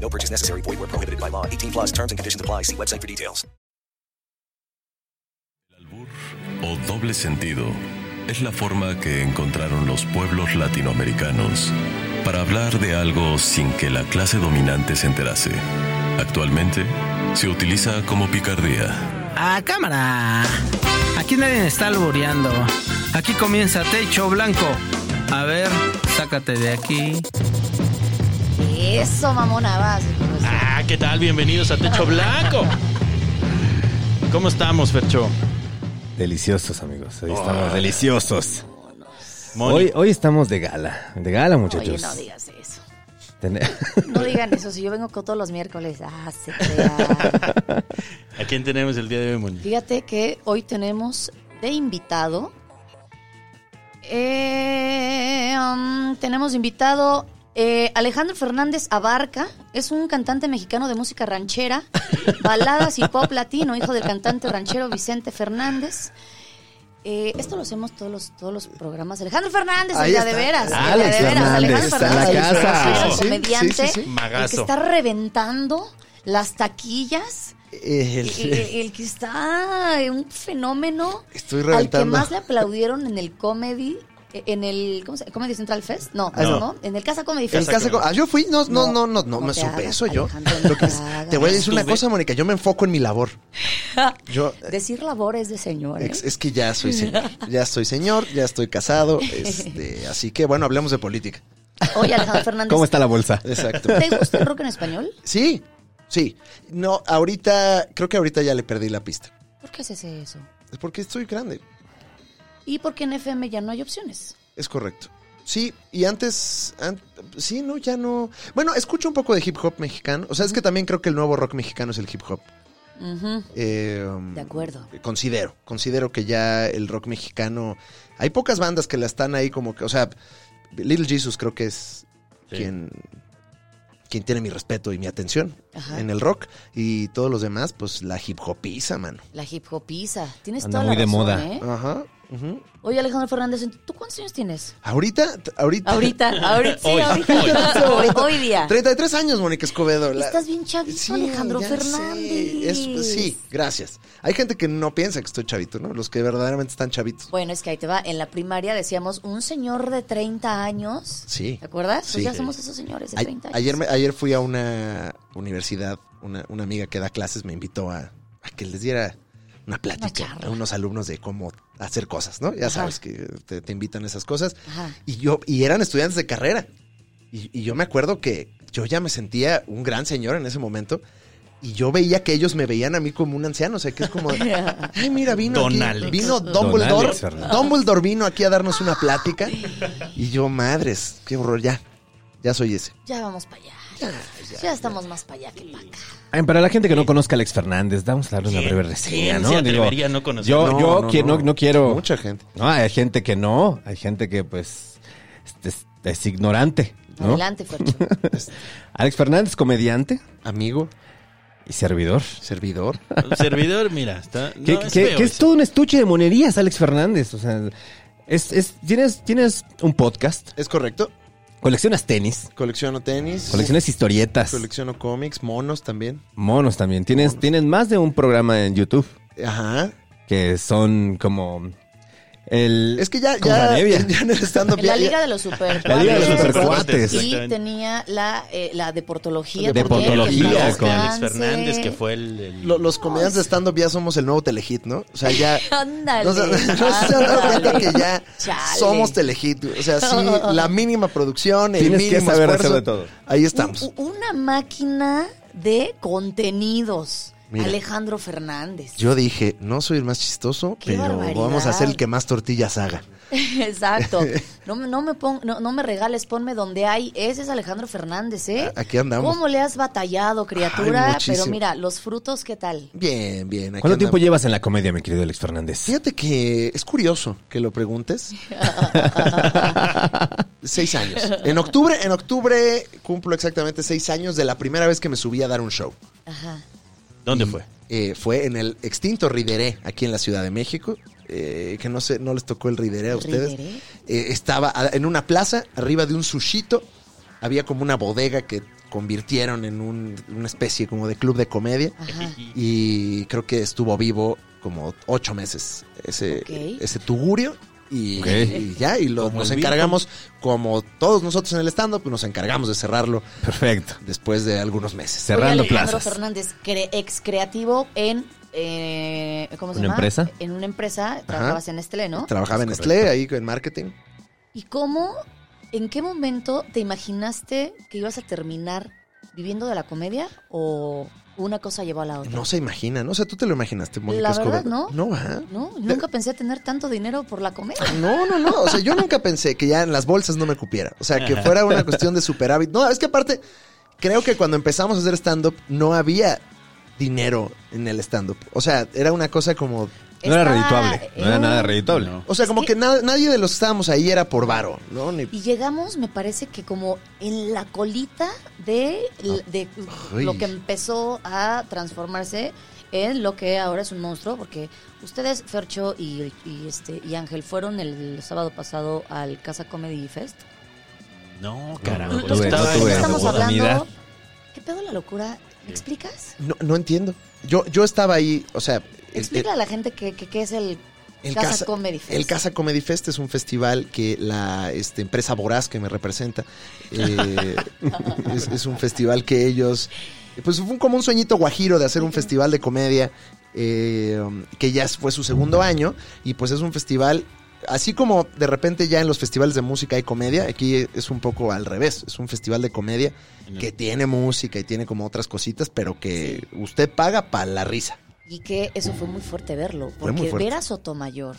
No purchase necessary. Void where prohibited by law. 18 plus terms and conditions apply. See website for details. El albur o doble sentido es la forma que encontraron los pueblos latinoamericanos para hablar de algo sin que la clase dominante se enterase. Actualmente se utiliza como picardía. ¡A cámara! Aquí nadie está alboreando. Aquí comienza Techo Blanco. A ver, sácate de aquí. Eso, mamona, vas. profesor. Ah, ¿qué tal? Bienvenidos a Techo Blanco. ¿Cómo estamos, Fercho? Deliciosos, amigos. Hoy estamos deliciosos. Moni. Hoy, hoy estamos de gala. De gala, Oye, muchachos. no digas eso. Ten- No digan eso. Si yo vengo con todos los miércoles, ah, se crea. ¿A quién tenemos el día de hoy, Moni? Fíjate que hoy tenemos de invitado. eh, um, tenemos de invitado eh, Alejandro Fernández Abarca. Es un cantante mexicano de música ranchera, baladas y pop latino, hijo del cantante ranchero Vicente Fernández. Eh, esto lo hacemos todos los, todos los programas. Alejandro Fernández, el Ahí día está. de veras. el Alex día de veras. Fernández, Alejandro está en Fernández, la el casa. mexicano Sí, sí, sí, comediante, sí. el que Magazo. está reventando las taquillas. El- El, el que está eh, un fenómeno. Estoy Al que reventando. más le aplaudieron en el comedy, eh, en el ¿cómo se, Comedy Central Fest, no, Ah, no, no. en el Casa Comedy El Fest. caso con- ah, yo fui, no, no, No, no, no, no no, me te supe hagas, eso yo. Alejandro, no Lo que te es- hagas. te voy a decir una Estuve. cosa, Mónica, yo me enfoco en mi labor. Yo, eh. Decir labores de señor. ¿eh? ex- es que ya soy señor, ya soy señor, ya estoy casado, este, así que bueno, hablemos de política. Oye, Alejandro Fernández, ¿Cómo está la bolsa? Exacto. ¿te gusta el rock en español? Sí, sí. No, ahorita, creo que ahorita ya le perdí la pista. ¿Por qué haces eso? Es porque estoy grande, Y porque en FM ya no hay opciones. es correcto. Sí, y antes, an- sí, no, ya no. Bueno, escucho un poco de hip hop mexicano. O sea, es que también creo que el nuevo rock mexicano es el hip hop. Ujú, Eh, De acuerdo. considero, considero que ya el rock mexicano, hay pocas bandas que la están ahí como que, o sea, Little Jesus creo que es Sí. quien, quien tiene mi respeto y mi atención Ajá. en el rock y todos los demás, pues la hip hopiza, mano. La hip hopiza. Tienes Anda toda muy la de razón, moda. ¿eh? Ajá. ujú. Oye, Alejandro Fernández, ¿tú cuántos años tienes? Ahorita, t- ahorita. Ahorita, ahorita, sí, Hoy, ahorita, hoy. hoy, hoy día. 33 años, Mónica Escobedo. la- Estás bien chavito, Sí, Alejandro ya Fernández. sé, es- sí, gracias. Hay gente que no piensa que estoy chavito, ¿no? Los que verdaderamente están chavitos. Bueno, es que ahí te va. En la primaria decíamos un señor de 30 años. Sí. ¿Te acuerdas? Sí. Pues ya somos esos señores de Ay- 30 años. Ayer, me- ayer fui a una universidad, una, una amiga que da clases me invitó a, a que les diera una plática charla. a unos alumnos de cómo hacer cosas, ¿no? Ya Ajá. sabes que te, te invitan a esas cosas. Ajá. Y yo, y eran estudiantes de carrera. Y, y yo me acuerdo que yo ya me sentía un gran señor en ese momento. Y yo veía que ellos me veían a mí como un anciano, o sea, que es como, ay, mira, vino Don aquí, Alex. vino Don Dumbledore, Alex Fernández. Dumbledore vino aquí a darnos una plática. Y yo, madres, qué horror, ya, ya soy ese. Ya vamos para allá. Ya, estamos más para allá que para acá. Ay, Para la gente que no conozca a Alex Fernández, vamos a darle una ¿Quién- breve reseña, quién ¿no? se atrevería a no conocerlo? yo, No, yo no, que- no, no. no quiero. Mucha gente. No, hay gente que no, hay gente que pues este, es, es ignorante, ¿no? Adelante, Fercho. Alex Fernández, comediante Amigo, y servidor. servidor. El servidor, mira, está. no, Que, es que- feo que es eso. todo un estuche de monerías, Alex Fernández. O sea, es, es- tienes, tienes un podcast, Es correcto. coleccionas tenis, Colecciono tenis. coleccionas historietas, Colecciono cómics, monos también. monos también. Tienes, tienes más de un programa en YouTube Ajá. que son como El, Es que ya, con ya, Franevia. ya en el stand-up La ya- ya- Liga de los Super La Liga de los Cuates. Supercuates. Y tenía la, eh, la deportología. De también, portología, que en paz con Alex descanse. Fernández, que fue el. el- lo- los comediantes de stand-up ya somos el nuevo telehit, ¿no? O sea, ya... Ándale. No, o sea, no sé si se han dado cuenta ándale. que ya Chale. somos telehit. güey. O sea, sí, la mínima producción, el Tienes que mínimo saber hacer esfuerzo. de todo. Ahí estamos. Un- una máquina de contenidos. Mira. Alejandro Fernández. Yo dije, no soy el más chistoso, ¡Qué pero barbaridad! vamos a hacer el que más tortillas haga. Exacto. No, me- no, me pon- no, no me regales, ponme donde hay. Ese es Alejandro Fernández, ¿eh? A- Ah, aquí andamos. ¿Cómo le has batallado, Ay, criatura? muchísimo. Pero mira, los frutos, ¿qué tal? Bien, bien. aquí ¿Cuánto tiempo andamos. llevas en la comedia, mi querido Alex Fernández? Fíjate que es curioso que lo preguntes. seis años. En octubre, en octubre cumplo exactamente seis años de la primera vez que me subí a dar un show. Ajá. ¿Dónde fue? Eh, fue en el extinto Rideré, aquí en la Ciudad de México. eh, que no sé, no les tocó el Rideré a ustedes. Rideré. Eh, estaba a- en una plaza, arriba de un sushito. Había como una bodega que convirtieron en un- una especie como de club de comedia. Ajá. Y creo que estuvo vivo como ocho meses ese, Ok. ese tugurio. Y, Ok. y ya, y lo- Como nos el Virgo. encargamos, como todos nosotros en el stand-up, pues nos encargamos de cerrarlo Perfecto. después de algunos meses. Oye, Cerrando Alejandro plazas. Fernández, cre- ex creativo en. eh, ¿Cómo se ¿Una llama? empresa? En una empresa. Trabajabas en Nestlé, ¿no? Trabajaba en Nestlé, ahí en marketing. ¿Y cómo, en qué momento te imaginaste que ibas a terminar viviendo de la comedia o una cosa llevó a la otra? No se imagina, no sé, tú te lo imaginaste, Mónica La verdad, Escobedo? no. No, ¿ah? No, nunca pensé tener tanto dinero por la comedia. No, no, no. O sea, yo nunca pensé que ya en las bolsas no me cupiera. O sea, que fuera una cuestión de superávit. No, es que aparte, creo que cuando empezamos a hacer stand-up no había dinero en el stand-up. O sea, era una cosa como. No era Está- redituable. No era un- nada redituable. No. O sea, Es como que- que, na- nadie de los que estábamos ahí era por varo, ¿no? Ni- Y llegamos, me parece que como en la colita de, Ah, de Ay. lo que empezó a transformarse en lo que ahora es un monstruo, porque ustedes, Fercho y, y este, y Ángel, fueron el sábado pasado al Casa Comedy Fest. Mm. No, carajo. no tuve, Estaba no en tuve. la estamos boda. hablando. oportunidad. ¿Qué pedo la locura? ¿Me explicas? no, no entiendo. Yo, yo estaba ahí, o sea. el- Explícale a la gente qué que, que es el, Este El Casa, Casa- Comedy Fest. El Casa Comedy Fest es un festival que la este, empresa Voraz que me representa eh, es, es un festival que ellos. Pues fue un- como un sueñito guajiro de hacer un festival de comedia eh, que ya fue su segundo año y pues es un festival. Así como de repente ya en los festivales de música hay comedia, aquí es un poco al revés. Es un festival de comedia que tiene música y tiene como otras cositas, pero que usted paga para la risa. Y que eso fue muy fuerte verlo, Fue muy porque fuerte. ver a Sotomayor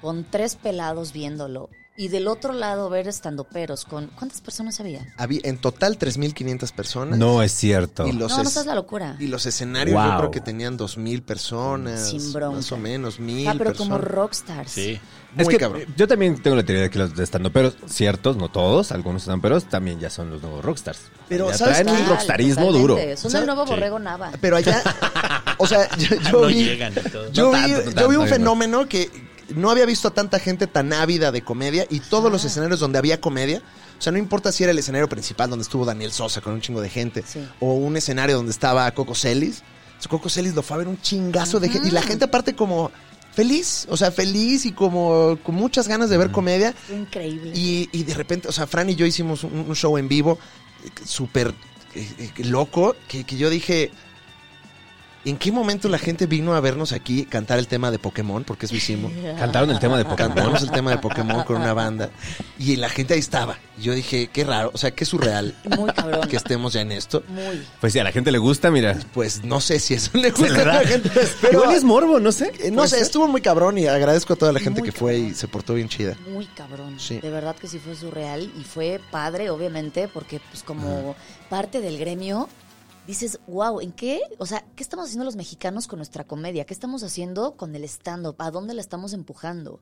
con tres pelados viéndolo y del otro lado ver estandoperos con... ¿Cuántas personas había? Había en total 3.500 personas. No es cierto. Y los no, no es- seas la locura. Y los escenarios yo Wow. creo que tenían dos mil personas. Sin bronca. Más o menos, mil Ah, pero como personas. rockstars. Sí. Muy es que cabrón. yo también tengo la teoría de que los estandoperos, ciertos, no todos, algunos estandoperos también ya son los nuevos rockstars. Pero, Ya ¿sabes traen qué? un rockstarismo duro. Son ¿Sabes? el nuevo Sí. Borrego Nava. Pero allá, o sea, yo, yo no vi, llegan y todo. yo, No vi, tanto, no yo vi un tanto, fenómeno que no había visto a tanta gente tan ávida de comedia y todos los escenarios donde había comedia. O sea, no importa si era el escenario principal donde estuvo Daniel Sosa con un chingo de gente Sí. o un escenario donde estaba Coco Celis. O sea, Coco Celis lo fue a ver un chingazo de gente y la gente aparte como feliz, o sea, feliz y como con muchas ganas de ver comedia. Fue Increíble. Y, y de repente, o sea, Fran y yo hicimos un, un show en vivo eh, súper eh, eh, loco que, que yo dije, ¿en qué momento la gente vino a vernos aquí cantar el tema de Pokémon? Porque eso hicimos. Cantaron el tema de Pokémon. Cantamos el tema de Pokémon con una banda y la gente ahí estaba. Y yo dije, qué raro, o sea, qué surreal Muy cabrón. que estemos ya en esto. Muy. Pues si a la gente le gusta, mira. Pues no sé si eso Se le gusta le a da. la gente. Pero, Igual es pues, morbo, no sé. eh, no Puede sé, ser. estuvo muy cabrón y agradezco a toda la gente Muy que fue y cabrón. se portó bien chida. Muy cabrón. Sí. De verdad que sí fue surreal y fue padre, obviamente, porque pues como parte del gremio dices, wow, ¿en qué? O sea, ¿qué estamos haciendo los mexicanos con nuestra comedia? ¿Qué estamos haciendo con el stand-up? ¿A dónde la estamos empujando?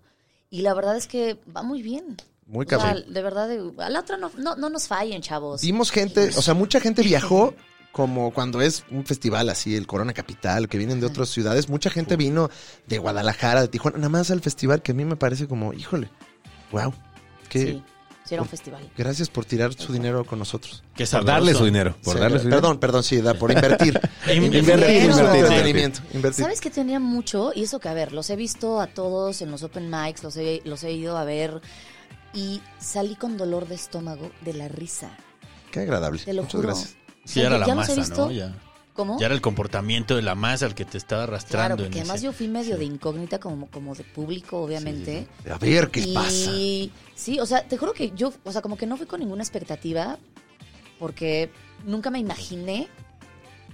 Y la verdad es que va muy bien. Muy O sea, cabrón. de verdad, eh, a la otra no, no, no nos fallen, chavos. Vimos gente, o sea, mucha gente viajó como cuando es un festival así, el Corona Capital, que vienen de otras ciudades. Mucha gente vino de Guadalajara, de Tijuana, nada más al festival que a mí me parece como, híjole, wow, qué, Sí, Sí, era un festival. Gracias por tirar su dinero con nosotros. Qué Por sabroso. darle su dinero. Por Sí, darle su dinero. Perdón, perdón, sí, da, por invertir. Em- invertir, Invertir, en su invertir. entretenimiento. Invertir. ¿Sabes que tenía mucho? Y eso que, a ver, los he visto a todos en los open mics, los he, los he ido a ver y salí con dolor de estómago de la risa. Qué agradable. Te lo Muchas juro. gracias. Sí, O sea, era ya- la ya los he masa, ¿no? visto. Ya, ¿Cómo? ya era el comportamiento de la masa al que te estaba claro, arrastrando. en porque además ese- yo fui medio sí. de incógnita, como, como de público, obviamente. A ver qué y, pasa. Sí, o sea, te juro que yo, o sea, como que no fui con ninguna expectativa porque nunca me imaginé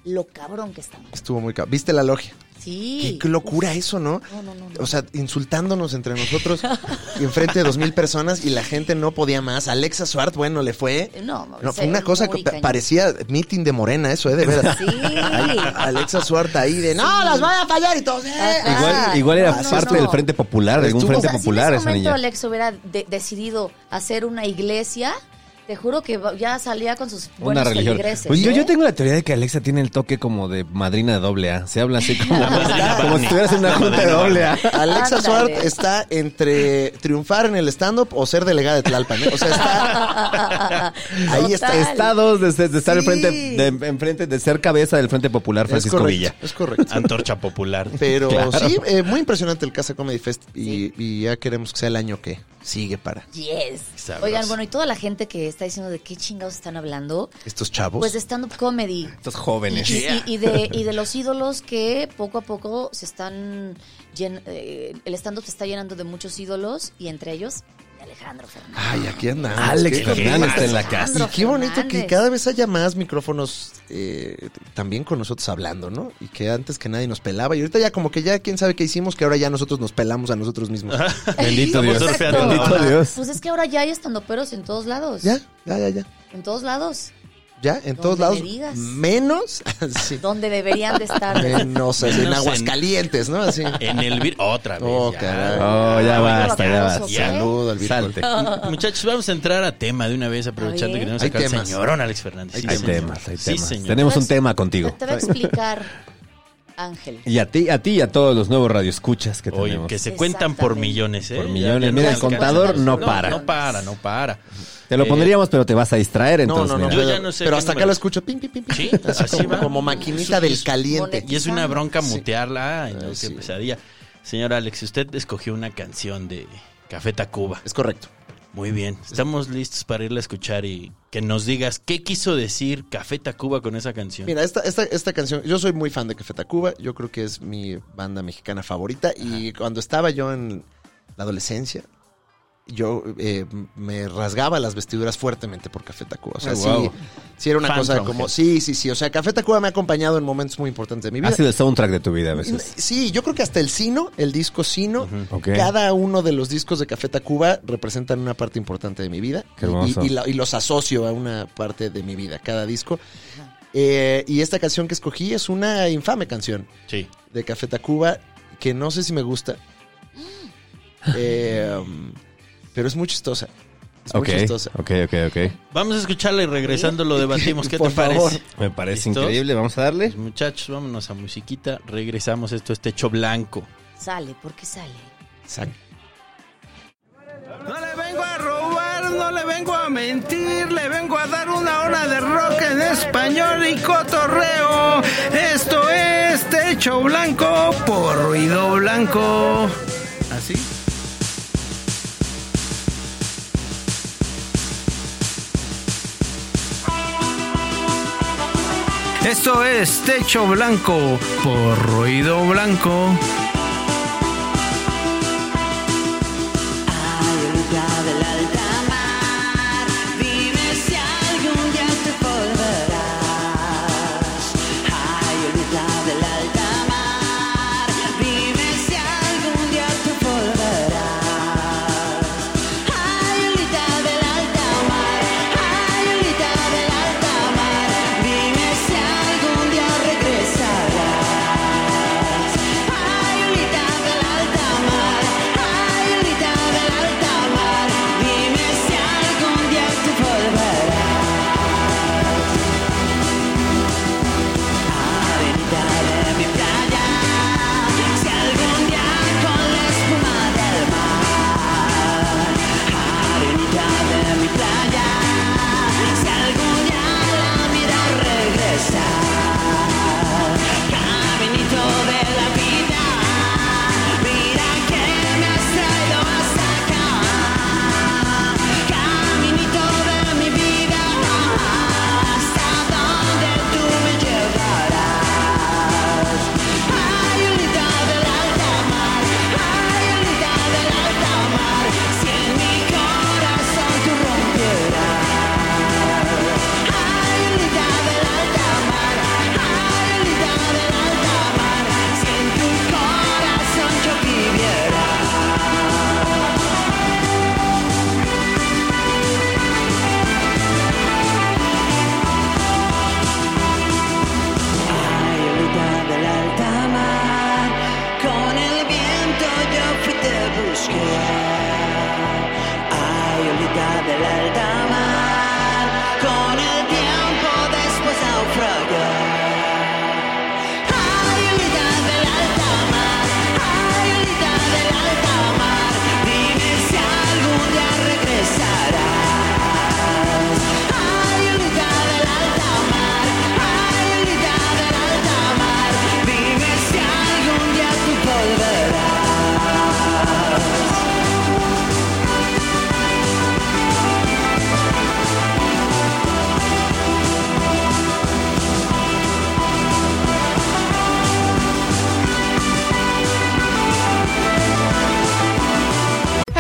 lo cabrón que estaba. Estuvo muy cabrón. ¿Viste la logia? Sí. Qué, qué locura eso, ¿no? No, no, no. no. O sea, insultándonos entre nosotros y enfrente de dos mil personas y la gente no podía más. Alexa Swart, bueno, le fue. No, No, se- fue una cosa muy que pa- cañón. parecía meeting de Morena, eso, ¿eh? De veras. Sí. Ahí, Alexa Suarta ahí de no, las voy a fallar y todos. ¡eh! Ajá. Igual, igual era No, no, parte no. del Frente Popular, de algún Estuvo- O Frente sea, Popular si en ese esa momento niña. Alex hubiera de- decidido hacer una iglesia, te juro que va- ya salía con sus buenos Una religión. feligreses, Pues yo, ¿eh? yo tengo la teoría de que Alexa tiene el toque como de madrina de doble A. Se habla así como, La madrina como si Barney. estuvieras en una La junta de madrina doble A. Alexa Ándale. Suart está entre triunfar en el stand-up o ser delegada de Tlalpan. ¿eh? O sea, está. Ahí está. Total. Está dos de, de estar Sí. enfrente, de, enfrente, de ser cabeza del Frente Popular Es Francisco Villa. correcto. Es correcto. Antorcha popular. Pero Claro. sí, eh, muy impresionante el Casa Comedy Fest y, y ya queremos que sea el año que sigue para Yes. Sabroso. Oigan, bueno, y toda la gente que está diciendo de qué chingados están hablando, estos chavos. pues de stand-up comedy. Estos jóvenes. Y, y- y de, y de los ídolos que poco a poco se están. llen- eh, el stand-up se está llenando de muchos ídolos y entre ellos de Alejandro Fernández. Ay, aquí andamos. Alex Qué- Fernández está en la casa. Alejandro Y qué bonito que Fernández. cada vez haya más micrófonos eh, también con nosotros hablando, ¿no? Y que antes que nadie nos pelaba. Y ahorita ya como que ya quién sabe qué hicimos, que ahora ya nosotros nos pelamos a nosotros mismos. Bendito Estamos Dios. surfeando la Bendito ola. Dios. Pues es que ahora ya hay estandoperos en todos lados. ya, ya, ya, ya. En todos lados. Ya, en todos me lados. digas. Menos, ah, sí, Donde deberían de estar. menos, así, en Menos aguas en- calientes, ¿no? Así. En el vir- Otra vez. Oh, ya. caray. Oh, ya basta, ya basta. Ya. Saludo al Virgo. Salte. M- Muchachos, vamos a entrar a tema de una vez, A aprovechando ver. que tenemos Hay acá al temas. señorón Alex Fernández. Hay Sí, Hay señor. temas, hay Sí, temas. señor. Tenemos un tema contigo. Te voy a explicar, Ángel. Y a ti, a ti y a todos los nuevos radioescuchas que Oye, tenemos. que se cuentan por Exactamente. millones, ¿eh? Por Ya- millones. ya no Mira, el alcanza. contador no para. No para, no para. Te lo Eh, pondríamos, pero te vas a distraer No, entonces. no, no. mira. Yo pero- ya no sé Pero qué hasta acá número lo es. escucho. Pim, pim, pim, pim. Sí, Así así como, va. como maquinita del caliente. Y es una bronca mutearla. Ay, no, Ay, qué sí. pesadilla. Señor Alex, usted escogió una canción de Café Tacuba. Es correcto. Muy bien. Estamos listos para irla a escuchar y que nos digas qué quiso decir Café Tacuba con esa canción. Mira, esta, esta, esta canción, yo soy muy fan de Café Tacuba, yo creo que es mi banda mexicana favorita y cuando estaba yo en la adolescencia, yo eh, me rasgaba las vestiduras fuertemente por Café Tacuba. O sea, Ah, sí, wow. sí era una Fan cosa from como, hell. sí, sí, sí, o sea, Café Tacuba me ha acompañado en momentos muy importantes de mi vida. Ha sido el soundtrack de tu vida a veces. Sí, yo creo que hasta el Sino, el disco Sino, Ok. cada uno de los discos de Café Tacuba representan una parte importante de mi vida. Qué Y- hermoso. y, y la- y los asocio a una parte de mi vida, cada disco. Eh, y esta canción que escogí es una infame canción Sí. de Café Tacuba que no sé si me gusta. Mm. Eh, um, pero es muy chistosa. Es Ok, muy chistosa. ok, ok, ok. Vamos a escucharla y regresando lo debatimos. ¿Qué Por te parece? favor. Me parece ¿Listos? increíble. Vamos a darle. Pues, muchachos, vámonos a musiquita. Regresamos. Esto es Techo Blanco. Sale, ¿por qué sale? Exacto. No le vengo a robar, no le vengo a mentir, le vengo a dar una hora de rock en español y cotorreo. Esto es Techo Blanco por Ruido Blanco. ¿Así? Esto es Techo Blanco por Ruido Blanco. Ay,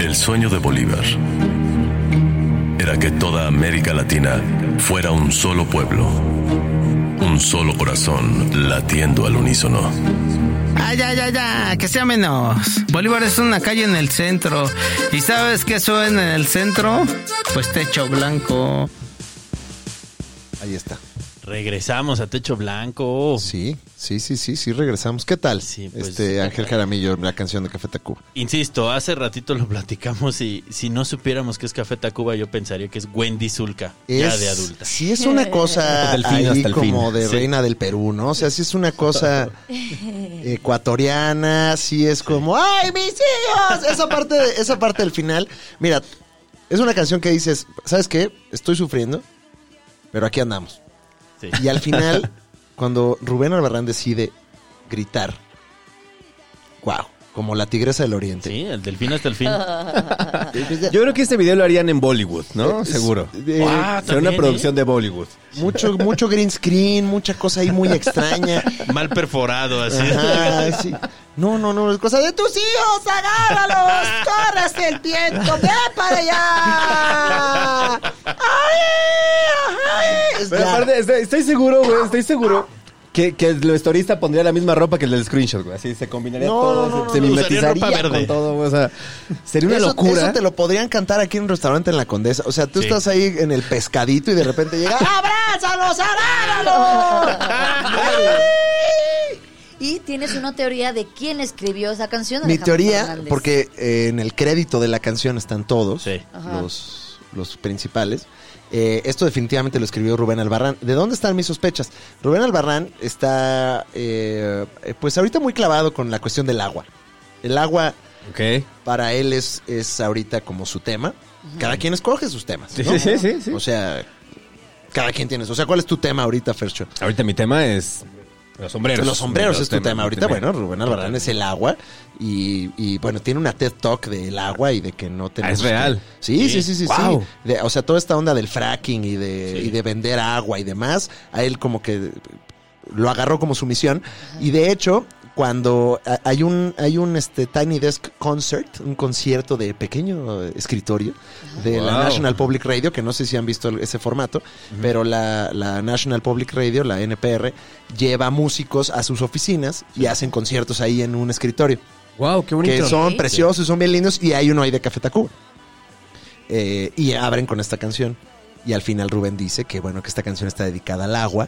El sueño de Bolívar era que toda América Latina fuera un solo pueblo, un solo corazón latiendo al unísono. Ah, ya, ya, ya, que sea menos. Bolívar es una calle en el centro. ¿Y sabes qué suena en el centro? Pues techo blanco. Ahí está. Regresamos a Techo Blanco. Oh. Sí, sí, sí, sí, sí, regresamos. ¿Qué tal? Sí, pues, este Ángel Jaramillo, la canción de Café Tacuba. Insisto, hace ratito lo platicamos y si no supiéramos que es Café Tacuba, yo pensaría que es Wendy Zulka, ya Es- de adulta. Sí, es una cosa Del fin ahí hasta el fin. como de Sí. reina del Perú, ¿no? O sea, sí es una cosa ecuatoriana, sí es como, ¡ay, mis hijos! Esa parte, esa parte del final. Mira, es una canción que dices, ¿sabes qué? Estoy sufriendo, pero aquí andamos. Sí. Y al final, cuando Rubén Albarrán decide gritar, wow, como la tigresa del oriente. Sí, el delfín hasta el Eh, fin. Ah, Yo creo que este video lo harían en Bollywood, ¿no? Es- Seguro. eh, Ah, Será también, una ¿eh? producción de Bollywood. Mucho, mucho green screen, mucha cosa ahí muy extraña. Mal perforado, así. Ajá, sí. No, no, no, es cosa de tus hijos, agárralos, corres el viento, ve para allá. ¡Ay! ¡Ay! Es Pero claro. aparte, estoy, estoy seguro, güey, estoy seguro que, que el historista pondría la misma ropa que el del screenshot, güey. Así se combinaría No, todo, no, se- no, se no, mimetizaría usaría ropa con verde. todo, güey. O sea, sería una eso, locura. eso te lo podrían cantar aquí en un restaurante en la Condesa. O sea, tú Sí. estás ahí en el pescadito y de repente llega ¡Abrázalos, agárralos! Y tienes una teoría de quién escribió esa canción. Mi Alejandro teoría, Fernández. porque eh, en el crédito de la canción están todos Sí. Ajá. los, los principales. Eh, esto definitivamente lo escribió Rubén Albarrán. ¿De dónde están mis sospechas? Rubén Albarrán está, eh, eh, pues ahorita muy clavado con la cuestión del agua. El agua Para él es, es ahorita como su tema. Cada quien escoge sus temas. Sí, ¿no? sí, sí, sí, sí. O sea, cada quien tiene. O sea, ¿cuál es tu tema ahorita, Fercho? Ahorita mi tema es los sombreros. Los sombreros es tu tema, ahorita. mi Bueno, Rubén Albarrán es el agua. Y, y, bueno, tiene una TED Talk del agua y de que no tenemos. es real. que- Sí, sí, sí, sí. sí. Wow. De- o sea, toda esta onda del fracking y de, y de vender agua y demás, a él como que lo agarró como su misión. Y de hecho, cuando a- hay un, hay un este, Tiny Desk Concert, un concierto de pequeño eh, escritorio de la Wow. National Public Radio, que no sé si han visto el- ese formato, pero la, la National Public Radio, la NPR, lleva músicos a sus oficinas y hacen conciertos ahí en un escritorio Wow, qué bonito. que son Sí. preciosos, son bien lindos y hay uno ahí de Café Tacuba. Eh, y abren con esta canción y al final Rubén dice que bueno que esta canción está dedicada al agua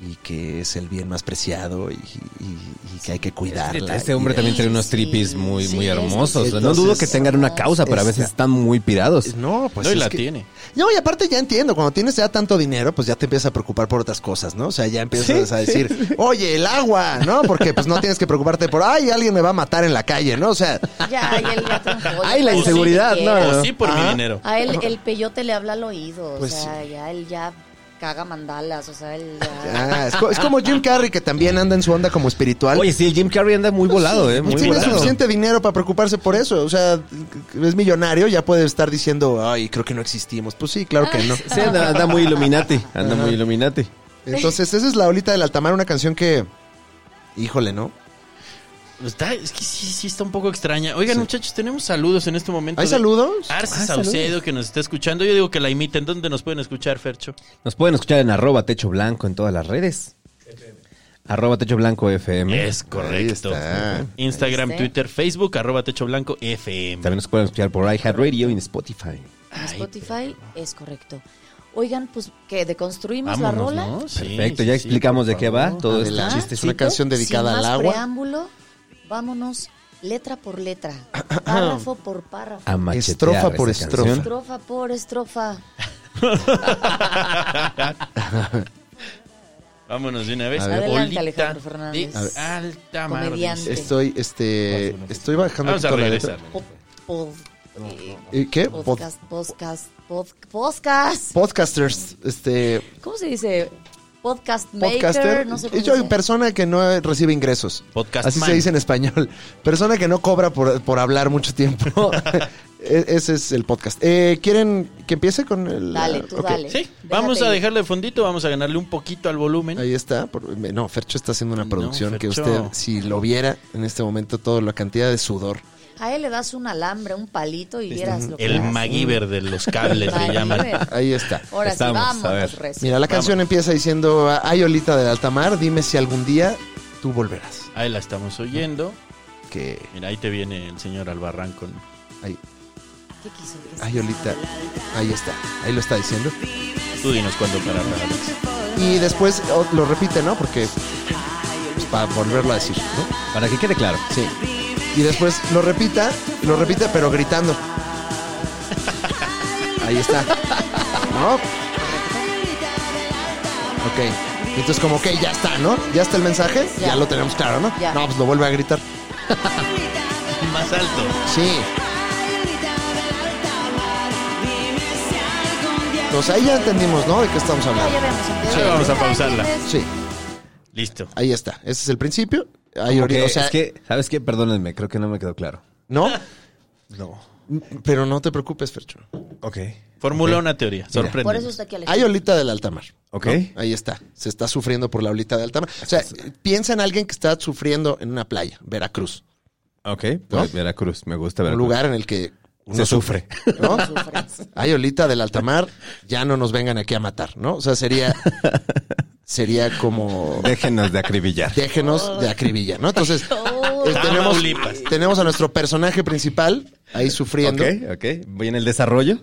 y que es el bien más preciado y, y- y que hay que cuidarla. Este hombre Y- también Sí, tiene unos sí, tripis muy, sí, muy es- hermosos. no Entonces, dudo que tengan una causa, pero a veces esta- están muy pirados. No, pues no, y es la que- tiene. No, y aparte ya entiendo, cuando tienes ya tanto dinero, pues ya te empiezas a preocupar por otras cosas, ¿no? O sea, ya empiezas a decir, oye, el agua, ¿no? Porque pues no tienes que preocuparte por, ay, alguien me va a matar en la calle, ¿no? O sea, Ya, ya, ya te enjoyó, Ay, la ya inseguridad, te no, quiere. O sí por mi Ajá. dinero. A él Ah, el peyote le habla al oído, Pues o sea, ya él ya caga mandalas, o sea, él ya... ah, es, co- es como Jim Carrey que también anda en su onda como espiritual. Pues Oye, sí, el Jim Carrey anda muy volado, ¿eh? Muy tiene volado. suficiente dinero para preocuparse por eso. O sea, es millonario, ya puede estar diciendo, ay, creo que no existimos. Pues sí, claro que no. Sí, anda, anda muy Illuminati. Anda muy Illuminati. Entonces, esa es la olita del Altamar, una canción que. Híjole, ¿no? Está- es que sí, sí está un poco extraña. Oigan, muchachos, tenemos saludos en este momento. ¿Hay de saludos? Arce Ah, Saucedo saludos. que nos está escuchando. Yo digo que la imiten. ¿Dónde nos pueden escuchar, Fercho? Nos pueden escuchar en arroba techo blanco en todas las redes. Arroba techo blanco FM. Es correcto. está. Instagram, Ahí está. Twitter, Facebook, arroba Techo Blanco FM. También nos pueden escuchar por iHeartRadio y en Spotify. En Spotify es correcto. Oigan, pues, ¿qué? ¿Deconstruimos la Vámonos, rola? ¿no? Sí, Perfecto, sí, ya sí, explicamos por de qué va favor. todo este Adelante. chistecito. Es una canción dedicada Sin al más agua. preámbulo, vámonos letra por letra, párrafo por párrafo, A machetear Ah, Estrofa por esa estrofa. canción. estrofa por estrofa. Vámonos de una vez. ver. Adelante, Olita Alejandro de Fernández. Altamar. Comediante. dice. Estoy, este. Estoy bajando Vamos a aquí toda la letra. regresar. Pod- pod- eh, ¿Y ¿Qué? Pod- podcast, podcast, pod- podcast. podcasters. Este. ¿Cómo se dice? Podcast maker, Podcaster. no sé cómo Yo, se dice. persona que no recibe ingresos. Podcast Así man. se dice en español. Persona que no cobra por, por hablar mucho tiempo. E- Ese es el podcast. Eh, ¿Quieren que empiece con el...? Dale, tú Ok. dale. Sí, vamos Déjate a ir. dejarlo de fondito. Vamos a ganarle un poquito al volumen. Ahí está. Por- me- No, Fercho está haciendo una No, producción que Fercho. usted, si lo viera en este momento, toda la cantidad de sudor. A él le das un alambre, un palito y vieras lo que El hace. MacGyver de los cables le MacGyver. llaman. Ahí está. Ahora Estamos, a sí, ver. vamos, Recio. Mira, la canción empieza diciendo, ay, Olita del Altamar, dime si algún día tú volverás. Ahí la estamos oyendo. Que, Mira, ahí te viene el señor Albarrán con... ay, ¿Qué quiso decir? ay, Olita, ahí está. Ahí lo está diciendo. Tú dinos cuándo parar. Alex. Y después o- lo repite, ¿no? Porque... pues, para volverlo a decir, ¿no? Para que quede claro. Sí. Y después lo repita, lo repita, pero gritando. Ahí está. ¿No? Ok. Entonces, como que ya está, ¿no? Ya está el mensaje, ya, Ya. lo tenemos claro, ¿no? Ya. No, pues lo vuelve a gritar. Más alto. Sí. Entonces ahí ya entendimos, ¿no? De qué estamos Ah, ya hablando. habíamos entendido. Sí, vamos a pausarla. Sí, Listo. ahí está. Ese es el principio. Ahí Porque ahorita, o sea, es que, ¿sabes qué? Perdónenme, creo que no me quedó claro. ¿no? No. Pero no te preocupes, Fercho. Ok. Formula una teoría. Sorprende. Por eso está aquí Alejandro. Hay olita del altamar. Ok. ¿no? Ahí está. Se está sufriendo por la olita de alta mar. O sea, piensa en alguien que está sufriendo en una playa, Veracruz. Ok. ¿No? Veracruz, me gusta Un Veracruz. lugar en el que uno Se sufre. ¿no? Sufres. Hay olita del alta mar, ya no nos vengan aquí a matar, ¿no? O sea, sería, sería como Déjenos de acribillar. déjenos de acribillar, ¿no? Entonces, eh, tenemos, Ah, Tamaulipas. tenemos a nuestro personaje principal ahí sufriendo. Ok, ok. Voy en el desarrollo.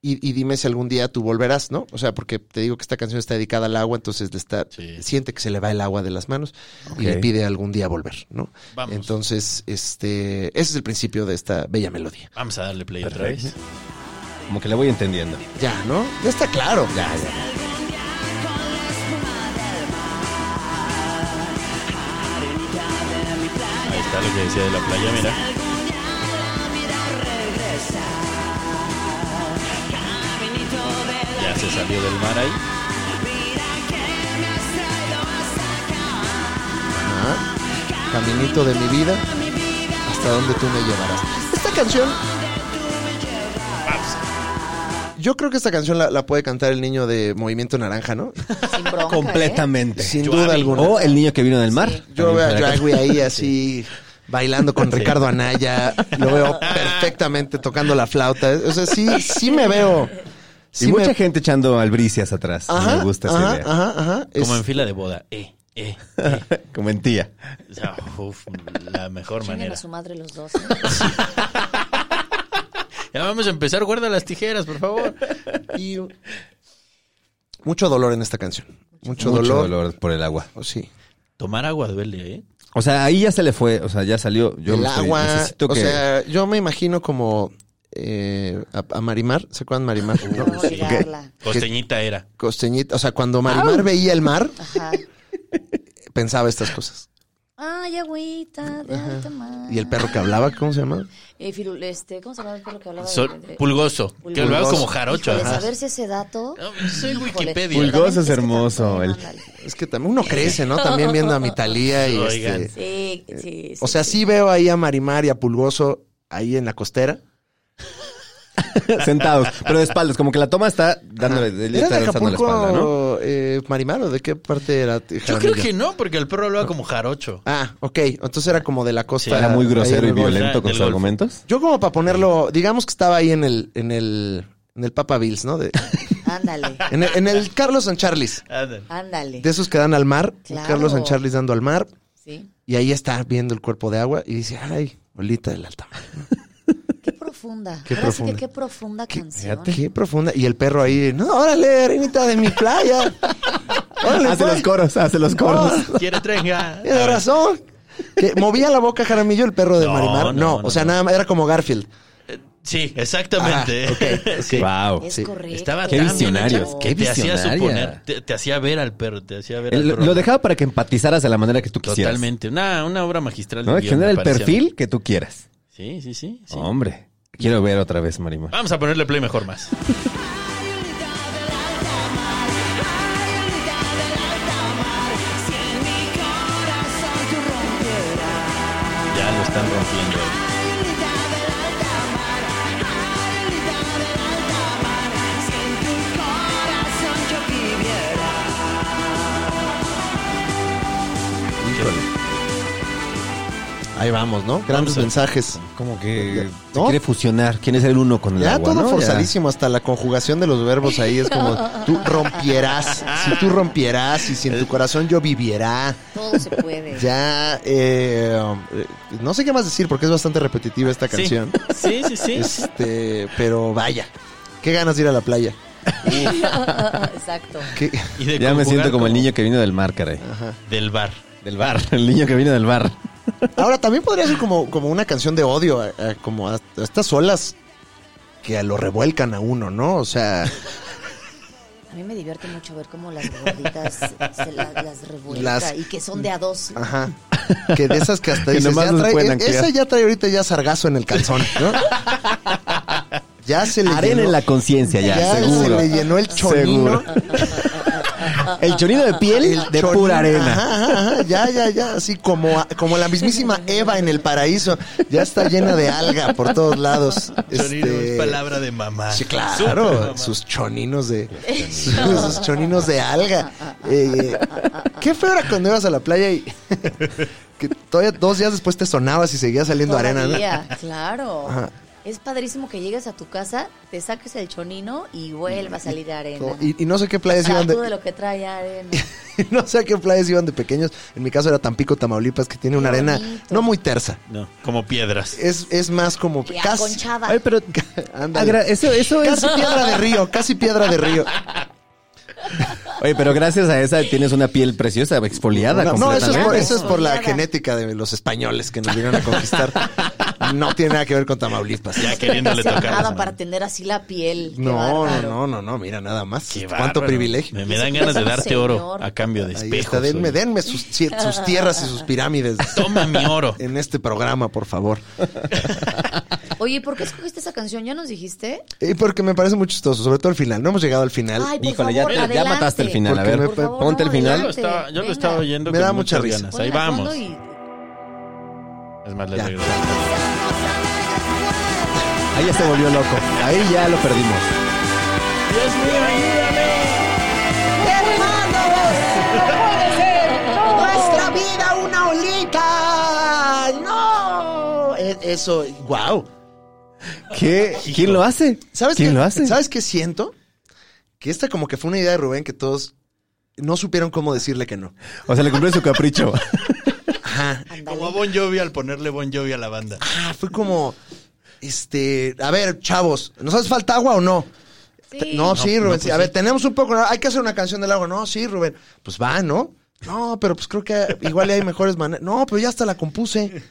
Y, y dime si algún día tú volverás, ¿no? O sea, porque te digo que esta canción está dedicada al agua, entonces le está, Sí. siente que se le va el agua de las manos y le Ok. pide algún día volver, ¿no? Vamos. Entonces, este, ese es el principio de esta bella melodía. Vamos a darle play otra Perfecto. vez. Como que le voy entendiendo. Ya, ¿no? Ya está claro. Ya, ya. Ahí está lo que decía de la playa, mira. salió del mar ahí. Ajá. Caminito de mi vida, hasta donde tú me llevarás. Esta canción. Yo creo que esta canción la, la puede cantar el niño de Movimiento Naranja, ¿no? ¿eh? Completamente. Sin duda alguna. oh, O el niño que vino del mar. Yo veo a Dragui ahí así bailando con Ricardo Anaya, lo veo perfectamente tocando la flauta. O sea, sí, sí me veo. Y Sí me- mucha gente echando albricias atrás. Ajá, me gusta esa ajá, idea. ajá, ajá. Es- Como en fila de boda. Eh, eh. Como en tía. O sea, uf, la mejor Chinguen manera. a su madre los dos. ¿eh? Ya vamos a empezar, guarda las tijeras, por favor. y- Mucho dolor en esta canción. Mucho, Mucho dolor. dolor. por el agua. Oh, sí. Tomar agua duele, ¿eh? O sea, ahí ya se le fue. O sea, ya salió. Yo el estoy- agua. necesito o que- sea, yo me imagino como eh, a, a Marimar. ¿Se acuerdan Marimar? No, No, sí. ligarla. Costeñita era. Costeñita. O sea, cuando Ah. Marimar veía el mar, Ajá. pensaba estas cosas. Ay, agüita de alta mar. Y el perro que hablaba, ¿cómo se llama? Eh, Firu- este, ¿Cómo se llama el perro que hablaba? de- Sol- de- pulgoso. Que lo hago Pulgoso. como jarocho. Híjole, ajá. saberse ese dato. No, soy Híjole. Wikipedia. Pero también Pulgoso es que hermoso, tampoco, el- ándale. Es que también uno crece, ¿no? También viendo a Mitalía y Oigan. Sí, este. sí, sí. O sea, sí veo ahí a Marimar y a Pulgoso ahí en la costera. sentados, pero de espaldas, como que la toma está dándole, él ¿Era de está alzando la Acapulco espalda, ¿no? eh, Marimar o de qué parte era? Yo creo que no, porque el perro hablaba como jarocho. Ah, ok. Entonces era como de la costa. Era muy grosero ahí y en el Golfo. violento con Del sus golf. argumentos. Yo como para ponerlo, digamos que estaba ahí en el, en el, en el Papa Bills, ¿no? De- Ándale, en, el, en el Carlos San Charles. Ándale. ándale. De esos que dan al mar. un Claro. Carlos San Charles dando al mar. Sí. Y ahí está viendo el cuerpo de agua y dice, ay, olita del alta mar. Qué profunda. Qué Ahora sí profunda. que qué profunda canción. Fíjate. Qué profunda. Y el perro ahí, no, órale, arenita de mi playa. Órale, Hace pues. los coros, hace los coros. Oh, Quiere trenga. Tiene razón. Que movía la boca Jaramillo el perro de No, Marimar. No, no, o no, sea, no. nada más era como Garfield. Sí, exactamente. Ah, ok, Sí. Wow. Es Sí. correcto. Estaba Qué tan visionarios, bien hecha qué que te hacía visionaria. suponer, te, te hacía ver al perro, te hacía ver al Él perro. Lo dejaba para que empatizaras de la manera que tú quisieras. Totalmente. Una, una obra magistral. ¿no? de guión, Genera me el parecía. perfil Oh, que tú quieras. Sí, sí, sí. sí. Hombre, quiero ver otra vez, Marimar. Vamos a ponerle play mejor más. Ya lo están rompiendo. Ahí vamos, ¿no? Grandes mensajes. Como que se ¿No? quiere fusionar. ¿Quién es el uno con el Ya agua? todo ¿no? forzadísimo, hasta la conjugación de los verbos ahí es como tú rompieras, si tú rompieras y si en tu corazón yo viviera. Todo se puede. Ya, eh, eh, no sé qué más decir porque es bastante repetitiva esta Sí. canción. Sí, sí, sí. Este, pero vaya, qué ganas de ir a la playa. Exacto. Qué- Y de Ya me conjugar siento como el niño que vino del mar, caray. del bar. Del bar, el niño que vino del bar. Ahora también podría ser como, como una canción de odio, eh, eh, como a, a estas olas que lo revuelcan a uno, ¿no? O sea, A mí me divierte mucho ver cómo las gorditas se la- las revuelca Las- y que son de a dos. ajá. Que de esas que hasta Que dices, nomás ya nos trae- pueden e- anclear. esa ya trae ahorita ya sargazo en el calzón, ¿no? ya se le Arena en llenó, la conciencia ya, ya se seguro. le llenó el chonino. Seguro. El chonino de piel El de chonino. pura arena. Ajá, ajá, ajá. ya, ya, ya. Así como, como la mismísima Eva en el paraíso. Ya está llena de alga por todos lados. Sonido Este, es palabra de mamá. Sí, Súper claro, mamá. sus choninos de sus, sus choninos de alga. Eh, qué feo era cuando ibas a la playa y que todavía dos días después te sonabas y seguía saliendo arena. Todavía, claro. Ajá. Es padrísimo que llegues a tu casa, te saques el chonino y vuelva a salir arena. ¿no? Y, y no sé qué playas Saco iban de, Ah, de lo que trae arena. no sé a qué playas iban de pequeños. En mi caso era Tampico, Tamaulipas, que tiene una arena bonito. no muy tersa. No, como piedras. Es, es más como Y casi aconchada. Ay, pero ándale. agra- eso, eso es. casi piedra de río, casi piedra de río. Oye, pero gracias a esa tienes una piel preciosa, exfoliada. No, no, eso es, completamente. por, eso es por la Nada. genética de los españoles que nos vinieron a conquistar. No tiene nada que ver con Tamaulipas. Ya queriéndole tocar. las Nada manos. para tener así la piel. Qué No, no, bárbaro. no, no, no, mira, nada más. Qué Cuánto bárbaro. privilegio. Me, me dan ganas de darte oro Señor. a cambio de Ahí espejos. está, denme, oye. denme sus, sus tierras y sus pirámides Toma mi oro. en este programa, por favor. Oye, ¿por qué escogiste esa canción? ¿Ya nos dijiste? Y porque me parece muy chistoso, sobre todo al final. No hemos llegado al final. Ay, por Híjole, ya, favor, ya adelante. mataste el final. A Porque ver, me- por favor, ponte el no, final. Yo lo estaba, yo lo Venga. estaba oyendo Me con da mucha muchas risa. ganas. Ponla Ahí de fondo vamos. y- Es más, les Ya. regresamos. Ahí ya se volvió loco. Ahí ya lo perdimos. Dios mío, ayúdame. Hermanos, no puede ser. Nuestra vida una olita. No. E- Eso, wow. ¿Qué? ¿Quién lo hace? ¿Sabes ¿Quién qué, lo hace? ¿Sabes qué siento? Que esta como que fue una idea de Rubén que todos no supieron cómo decirle que no. O sea, le cumplió su capricho. Ajá. Como a Bon Jovi al ponerle Bon Jovi a la banda. Ah, fue como, este, a ver, chavos, ¿nos hace falta agua o no? Te- No, sí, Rubén. sí. A ver, tenemos un poco. ¿no? Hay que hacer una canción del agua. No, sí, Rubén. Pues va, ¿no? No, pero pues creo que igual hay mejores maneras. No, pero ya hasta la compuse.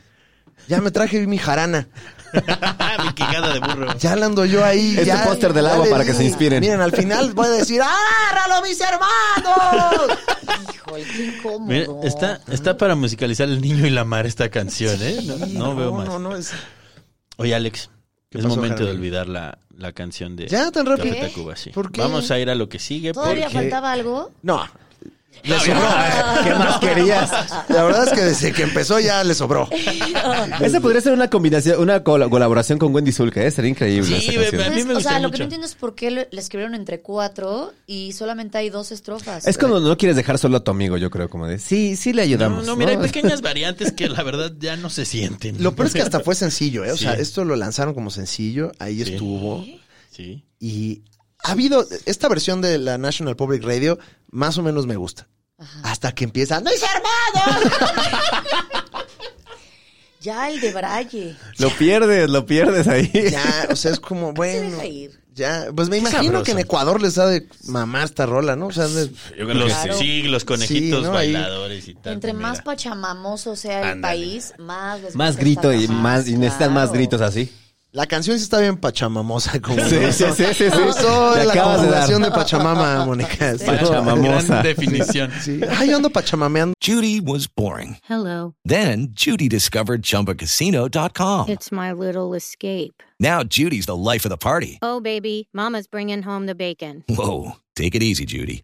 Ya me traje mi jarana. Mi quijada de burro. Ya la ando yo ahí. Este ya- póster del ya agua le para que se inspiren. Miren, al final voy a decir, ¡agárralo, mis hermanos! Híjole, qué Mira, incómodo. está, está para musicalizar El Niño y la Mar esta canción, ¿eh? No, no veo más. No, no, es- Oye, Alex, es pasó, momento de Jaime? olvidar la, la canción de ¿Ya tan rápido? Café ¿Qué? Tacuba, sí. ¿Por qué? Vamos a ir a lo que sigue. ¿Todavía porque- faltaba algo? No. No, ya. ¿Qué más querías? La verdad es que desde que empezó ya le sobró. Esa podría ser una combinación, una col- colaboración con Wendy Zulka, ¿eh? Sería increíble Sí, esa canción. bebé. A mí me Pues, o gusta sea, lo que mucho. no entiendo es por qué le, le escribieron entre cuatro y solamente hay dos estrofas. Es cuando no quieres dejar solo a tu amigo, yo creo, como de, sí, sí le No, ayudamos. no, mira, hay pequeñas variantes que la verdad ya no se sienten. Lo peor es que hasta fue sencillo, ¿eh? O sea, Sí. esto lo lanzaron como sencillo. Ahí Sí. estuvo. Sí. Y ha habido esta versión de la National Public Radio, más o menos me gusta. Hasta que empieza, ¡No es armado! Ya el de Braille. Lo pierdes, lo pierdes ahí. ya, o sea, es como, bueno. deja ir. Ya, pues me Qué imagino sabroso. que en Ecuador les da de mamar esta rola, ¿no? O sea, de- Yo creo los, que sí. sí, los conejitos Sí, ¿no? Ahí- bailadores y tal. pues, Entre más mira. pachamamoso sea el Ándale. país, más les Más gusta grito y esta canción. más, y necesitan más Claro. gritos así. la canción sí está bien pachamamosa. Como Sí, sí, sí, sí, sí. Justo Le la acabas de dar. conjugación de, Pachamama, Mónica. Estuvo- Pachamamosa. Gran definición. Sí. Ay, yo ando pachamameando. Judy was boring. Hello. Then Judy discovered ChumbaCasino.com. It's Oh my little escape. Now Judy's the life of the party. Oh, baby. Mama's bringing home the bacon. Whoa, take it easy, Judy.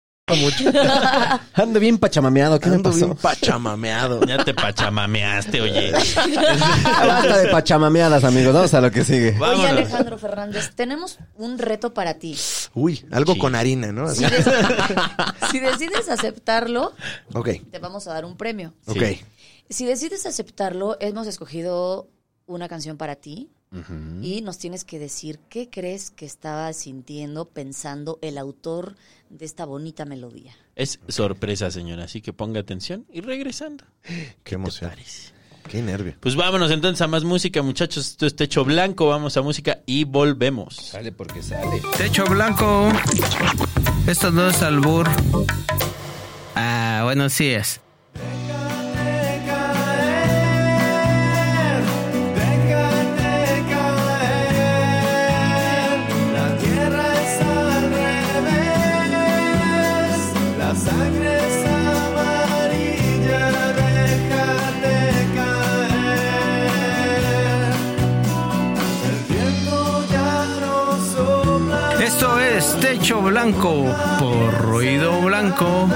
Ando bien pachamameado, ¿qué me Ando pasó? bien pachamameado. Ya te pachamameaste, oye. Ah, Basta de pachamameadas, amigos. Vamos a lo que sigue. Oye, Vámonos. Alejandro Fernández, tenemos un reto para ti. Uy, algo con harina, ¿no? Así. Si, des- si decides aceptarlo, Ok, te vamos a dar un premio. ok. Si decides aceptarlo, hemos escogido una canción para ti y nos tienes que decir qué crees que estaba sintiendo, pensando el autor de esta bonita melodía. Es sorpresa, señora, así que ponga atención y regresando. Qué emoción. Parece. Qué nervio. Pues vámonos entonces a más música, muchachos. Esto es Techo Blanco, vamos a música y volvemos. Sale porque sale. Techo blanco. Esto no es albur. Ah, bueno, sí es. Esto es Techo Blanco por Ruido Blanco.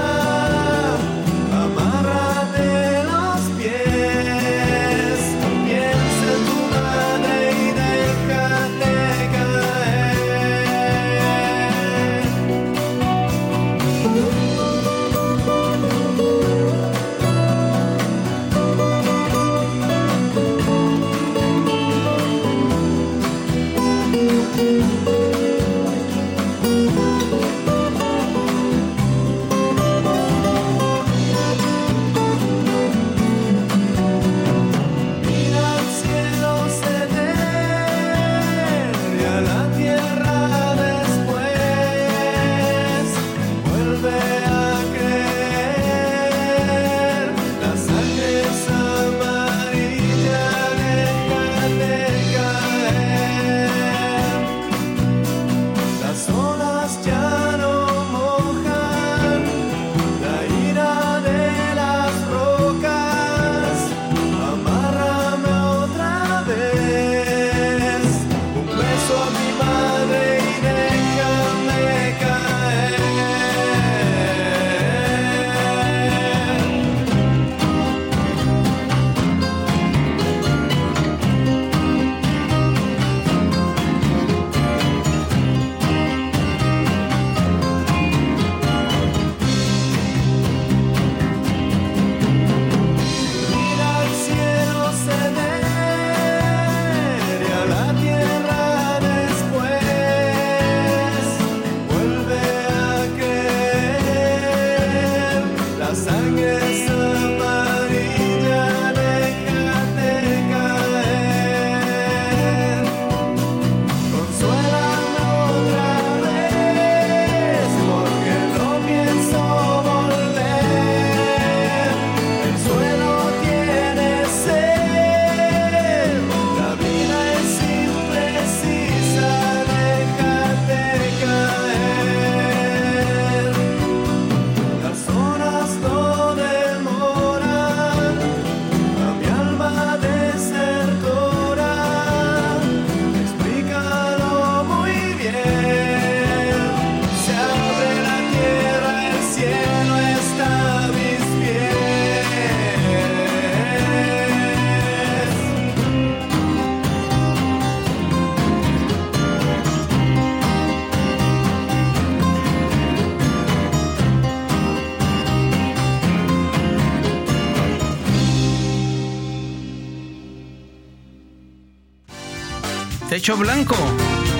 techo blanco.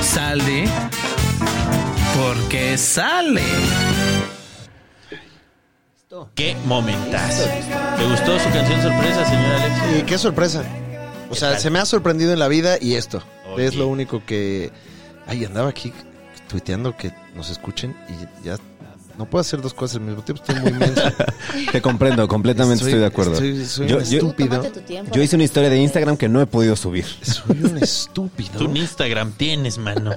Sale porque sale. Qué momentazo. ¿Te gustó su canción sorpresa, señor Alex? Y qué sorpresa. O sea, se me ha sorprendido en la vida y esto. Es lo único que. Ay, andaba aquí tuiteando que nos escuchen y ya. No puedo hacer dos cosas al mismo tiempo, estoy muy menso. Te comprendo, completamente Soy- estoy de acuerdo. soy- soy un estúpido. Tú tómate tu tiempo. Yo hice una historia de Instagram que no he podido subir. Soy un estúpido. Tú un Instagram tienes, mano.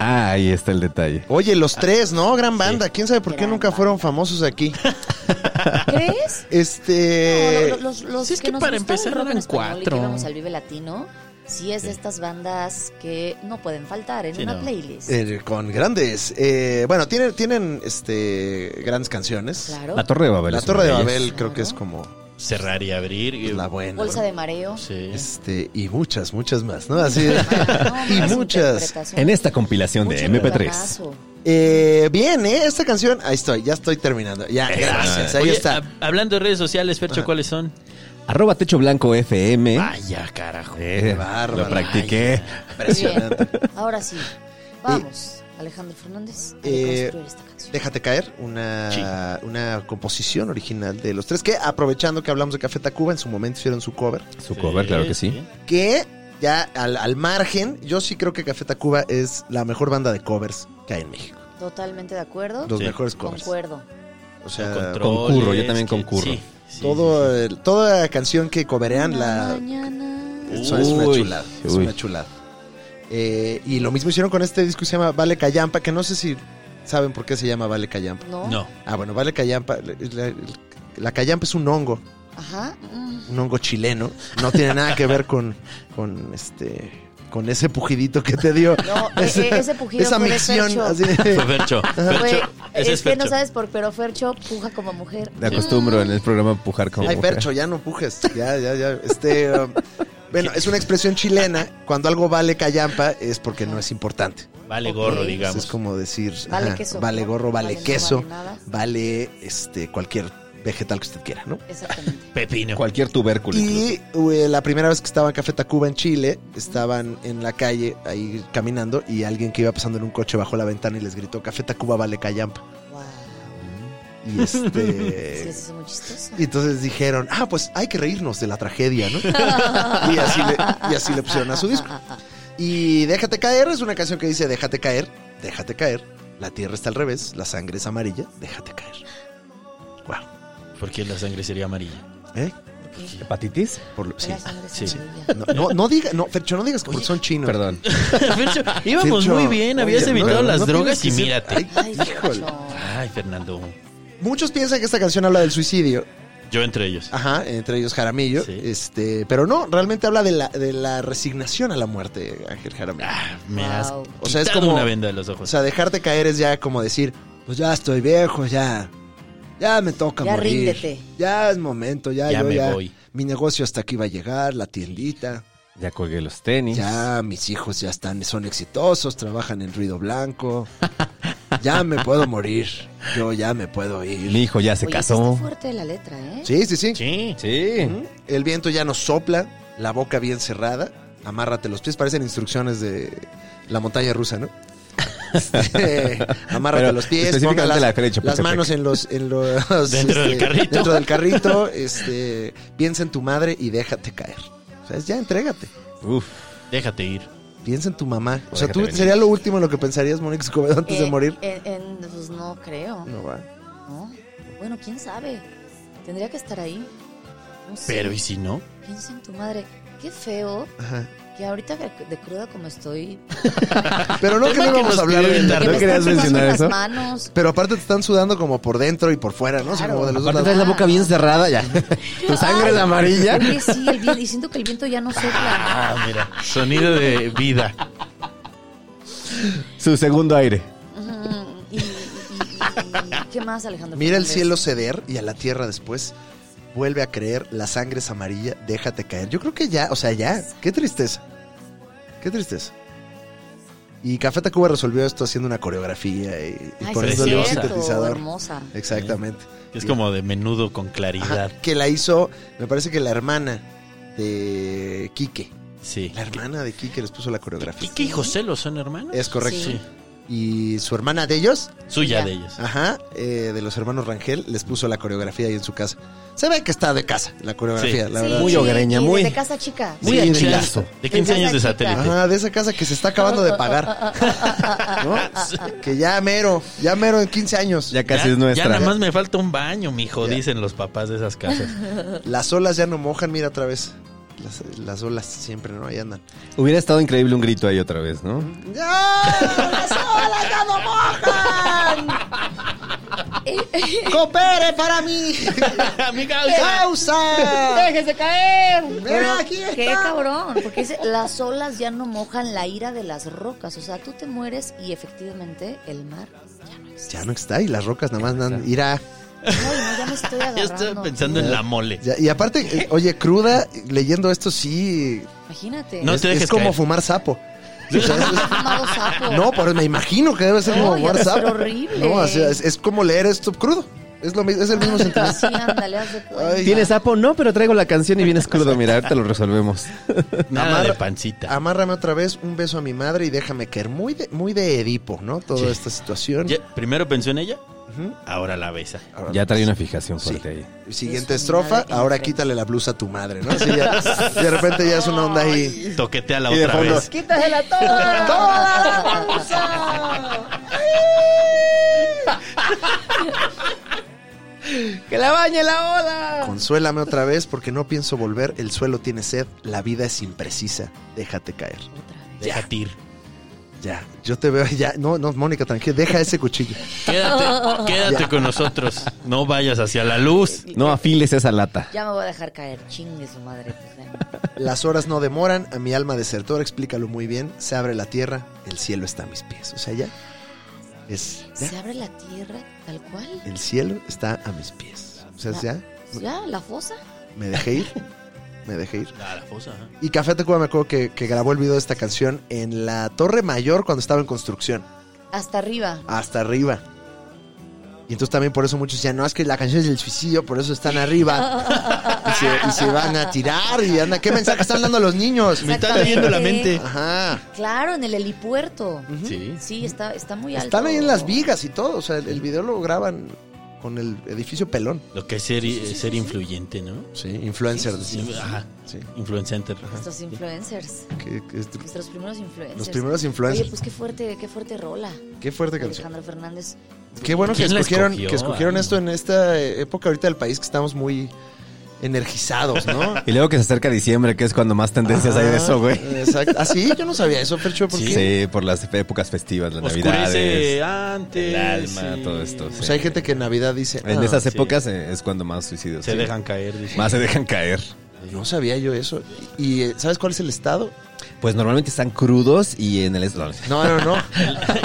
Ah, ahí está el detalle. Oye, los tres, ¿no? Gran banda. ¿Quién sabe por qué nunca fueron famosos aquí? ¿Crees? Este. No, lo- los, los si es que, que nos para gustaba el empezar rock en eran español y que cuatro. íbamos al Vive Latino, sí es de estas bandas que no pueden faltar en Sí, una no. playlist. Eh, con grandes. eh, bueno, tienen, tienen este, grandes canciones. Claro. La Torre de Babel La es una Torre de de ellas. Babel creo que es como Cerrar y abrir. Y... Pues la buena. Bolsa de mareo. Este, y muchas, muchas más, ¿no? Así es. más y muchas. interpretación. En esta compilación de MP3. Programazo. Eh, bien, ¿eh? Esta canción. Ahí estoy, ya estoy terminando. Ya, Eh, ah, gracias. Pues Ahí Oye, está. hab- hablando de redes sociales, Fercho, ¿cuáles son? Arroba Techo Blanco FM. Vaya, carajo. Eh, bárbaro. lo practiqué. Impresionante. Ahora sí, vamos, Alejandro Fernández, a Eh, reconstruir esta canción. Déjate caer, una, una composición original de los tres que, aprovechando que hablamos de Café Tacuba, en su momento hicieron su cover. Su cover, claro que sí. Que ya al, al margen, yo sí creo que Café Tacuba es la mejor banda de covers que hay en México. Totalmente de acuerdo. Los Sí. mejores covers. Concuerdo. O sea, Controles, concurro, yo también que- concurro. sí, sí, todo el- toda canción que coverean la eso es una Uy, chulada, es uy. una chulada. Eh, y lo mismo hicieron con este disco que se llama Vale Callampa, que no sé si saben por qué se llama Vale Callampa. No. No. Ah, bueno, Vale Callampa, la, la- la Callampa es un hongo, Ajá. mm. un hongo chileno, no tiene nada que ver con con este con ese pujidito que te dio. No, e- Ese- e- ese pujido esa fue de micción Fercho. así. Fue Fercho. Güey, Fercho. es, Ese es que Fercho. no sabes por pero Fercho puja como mujer. Me acostumbro en el programa a pujar como Ay, mujer. Percho, ya no pujes. Ya, ya, ya. Este, um, bueno, es una expresión chilena. Cuando algo vale callampa es porque no es importante. Vale gorro, digamos. Es como decir, Vale ajá, queso. vale gorro, vale, Vale no queso, vale nada. vale, este cualquier vegetal que usted quiera, ¿no? Exactamente. Pepino. Cualquier tubérculo. Y eh, la primera vez que estaba en Café Tacuba en Chile, estaban en la calle ahí caminando y alguien que iba pasando en un coche bajó la ventana y les gritó, Café Tacuba vale callampa. Wow. Y Sí, eso este... es muy chistoso. Y entonces dijeron, ah, pues hay que reírnos de la tragedia, ¿no? y, así le, y así le pusieron a su disco. Y Déjate caer es una canción que dice, déjate caer, déjate caer, la tierra está al revés, la sangre es amarilla, déjate caer. Wow. ¿Por qué la sangre sería amarilla? ¿Eh? ¿Hepatitis? Por lo- sí. Sí. No, no, no diga, no, Fercho, no digas que porque son chinos. Perdón. Fercho, íbamos Fercho, muy bien, habías oye, no, evitado no las tienes drogas que y ser- mírate. Ay, híjole. Ay, Fernando. Muchos piensan que esta canción habla del suicidio, Yo entre ellos. ajá, entre ellos Jaramillo, este, pero no, realmente habla de la, de la resignación a la muerte, Ángel Jaramillo. Ah, Me has Wow. O sea, es quitado como- una venda de los O ojos. sea, dejarte caer es ya como decir, pues ya estoy viejo, ya. Ya me toca Ya morir. ríndete. Ya es momento, ya, Ya yo me ya- voy. Mi negocio hasta aquí va a llegar, la tiendita. Ya colgué los tenis. Ya mis hijos ya están, son exitosos, trabajan en ruido blanco. ya me puedo morir. Yo ya me puedo ir. Mi hijo ya se Oye, sí casó. Está fuerte la letra, ¿eh? Sí, sí, sí. Sí. Sí. El viento ya nos sopla, la boca bien cerrada. Amárrate los pies, parecen instrucciones de la montaña rusa, ¿no? Este, amárrate Pero los pies, específicamente ponga las, la de Chapultepec. las manos en los, en los- este, Dentro del carrito. dentro del carrito, este, piensa en tu madre y déjate caer. O sea, es ya entrégate. Uf. Déjate ir. Piensa en tu mamá. O sea, Déjate tú venir. sería lo último en lo que pensarías, Mónica Escobedo, antes de Eh, morir. en- en- pues no creo. No va. No. Bueno, quién sabe. Tendría que estar ahí. No sé. Pero ¿y si no? Piensa en tu madre. Qué feo Ajá. que ahorita de de cruda como estoy. Pero no Tema que no que íbamos nos a hablar pidieron de tarde. que me ¿No querías están tocando mencionar las eso? manos. Pero aparte te están sudando como por dentro y por fuera, ¿no? O sea, Claro. como de los dos Aparte traes lados. la boca bien cerrada ya. Tu sangre es amarilla. Oye, sí, el viento- y siento que el viento ya no sopla. Ah, mira. Sonido de vida. Su segundo aire. Ujú, Mm, y, y- y- y- ¿Qué más, Alejandro? Mira el Fernández? cielo ceder y a la tierra después. Vuelve a creer, la sangre es amarilla, déjate caer. Yo creo que ya, o sea, ya. Qué tristeza. Qué tristeza. Y Café Tacuba resolvió esto haciendo una coreografía y, y Ay, sí, poniéndole un es cierto, sintetizador. hermosa. Exactamente. Es como de menudo con claridad. Ajá, que la hizo, me parece que la hermana de Quique. Sí. La hermana de Kike les puso la coreografía. ¿Qué hijos celos son hermanos? Es correcto. Sí. Y su hermana de ellos. Suya de ellos. Ajá, eh, de los hermanos Rangel, les puso la coreografía ahí en su casa. Se ve que está de casa, la coreografía, Sí. la Sí, verdad. Muy sí, hogareña, y muy- De casa chica. Muy de- anchilazo. de 15 años de satélite. Ajá, de esa casa que se está acabando de pagar. Ah, ¿no? Que ya mero, ya mero en 15 años. Ya Ya- Ya nada más me falta un baño, mijo, dicen los papás de esas casas. Las olas ya no mojan, mira otra vez. Las, las olas siempre, ¿no? Ahí andan. Hubiera estado increíble un grito ahí otra vez, ¿no? ¡Coopere para mí! ¡Mi causa! ¡Déjese caer! Mira, aquí qué está. cabrón, porque dice, las olas ya no mojan la ira de las rocas. O sea, tú te mueres y efectivamente el mar ya no existe. Ya no está, y las rocas nada más dan. Irá. No, y no, ya me estoy agarrando. Pensando en la mole. Ya, y aparte, eh, oye, cruda, leyendo esto sí. Imagínate. es, es como fumar sapo. O sea, es- es- Fumado sapo. no, pero me imagino que debe ser No, como ya fumar debe ser sapo. horrible. No, o sea, es, es como leer esto crudo. Es, lo, mi- es el mismo sentimiento. Sí, ándale, haz de cuenta. ¿Tienes sapo? No, pero traigo la canción y vienes crudo. Mira, ahorita lo resolvemos. Nada Amarra- de pancita. Amárrame otra vez, un beso a mi madre y déjame caer. Muy de, muy de Edipo, ¿no? Toda Sí. esta situación. Ya- primero pensó en ella, ahora la besa. Ya trae una fijación fuerte ahí. Siguiente Beso a mi estrofa, madre y ahora frente. quítale la blusa a tu madre, ¿no? Así ya- de repente ya es una onda ahí. Toquetea la Y de otra fondo, vez. ¡Quítasela toda! ¡Toda la blusa! ¡Que la bañe la ola! Consuélame otra vez porque no pienso volver. El suelo tiene sed, la vida es imprecisa. Déjate caer. Déjate ir. Ya, yo te veo ya. No, no, Mónica, tranquila, deja ese cuchillo. Quédate, quédate con nosotros. No vayas hacia la luz. No afiles esa lata. Ya me voy a dejar caer. Chingue su madre. pues, eh. Las horas no demoran, a mi alma desertor, explícalo muy bien. Se abre la tierra, el cielo está a mis pies. O sea, ya. Es. ya, Se abre la tierra tal cual. el cielo está a mis pies. O sea, ya. Ya, la fosa. Me dejé ir. Me dejé ir. A la fosa. ajá. Y Café Tacuba me acuerdo que, que grabó el video de esta canción en la Torre Mayor cuando estaba en construcción. Hasta arriba. hasta arriba. Y entonces también por eso muchos decían, no, es que la canción es del suicidio, por eso están arriba. y, se, y se van a tirar y anda, ¿qué mensaje están dando los niños? Me está leyendo la mente. Ajá. Claro, en el helipuerto. Sí. Sí, está, está muy alto. Están ahí en las vigas y todo, o sea, el, el video lo graban con el edificio pelón. Lo que es ser, ser influyente, ¿no? Sí, influencer. Sí, decimos. ajá. Sí. Influencenter. ajá. Nuestros influencers. Que- que este- Nuestros primeros influencers. Los primeros influencers. Oye, pues qué fuerte, qué fuerte rola. Qué fuerte canción. Alejandro Fernández. Qué bueno que ¿Quién la escogieron, escogió? que escogieron Ay. esto en esta eh, época ahorita del país que estamos muy energizados, ¿no? Y luego que se acerca diciembre, que es cuando más tendencias hay de eso, güey. Exacto. ¿Ah, sí? Yo no sabía eso, Fercho, ¿por Sí, qué? por las épocas festivas, las navidades. Oscurece antes. El alma, sí. todo esto. O sí. sea, hay gente que en Navidad dice. En "Ah, esas sí". épocas eh, es cuando más suicidios. Se sí. dejan caer, dice. Más se dejan caer. No sabía yo eso. ¿Y eh, sabes cuál es el estado? Pues normalmente están crudos y en el eslón. No, no, no.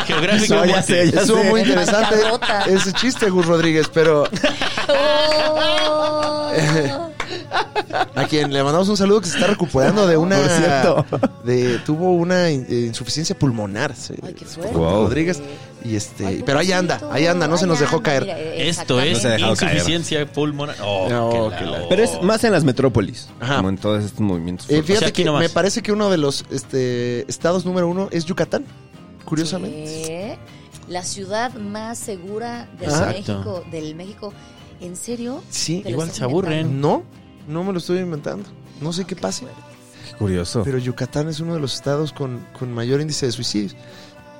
Geográfico. No, ya sé, ya Estuvo sé. muy interesante Macarrota. ese chiste, Gus Rodríguez, pero Oh, a quien le mandamos un saludo que se está recuperando de una. Por cierto. De, tuvo una in- eh, insuficiencia pulmonar. sí. Ay, qué fuerte. Wow. Rodríguez. Y este. Ay, pero ahí anda, ahí anda, no se ahí nos dejó anda, caer. mira, eh, Esto exactamente. es se ha dejado caer. insuficiencia pulmonar. Oh, No, qué qué la- la- Pero es más en las metrópolis, Ajá. como en todos estos movimientos. Eh, O sea, fíjate aquí que nomás. me parece que uno de los este, estados número uno es Yucatán, curiosamente. ¿Qué? La ciudad más segura de Ajá. México, del México. ¿En serio? Sí, ¿Te lo igual estás se aburren. No, no me lo estoy inventando. No sé qué pase. Qué Oh. curioso. Pero Yucatán es uno de los estados con, con mayor índice de suicidios.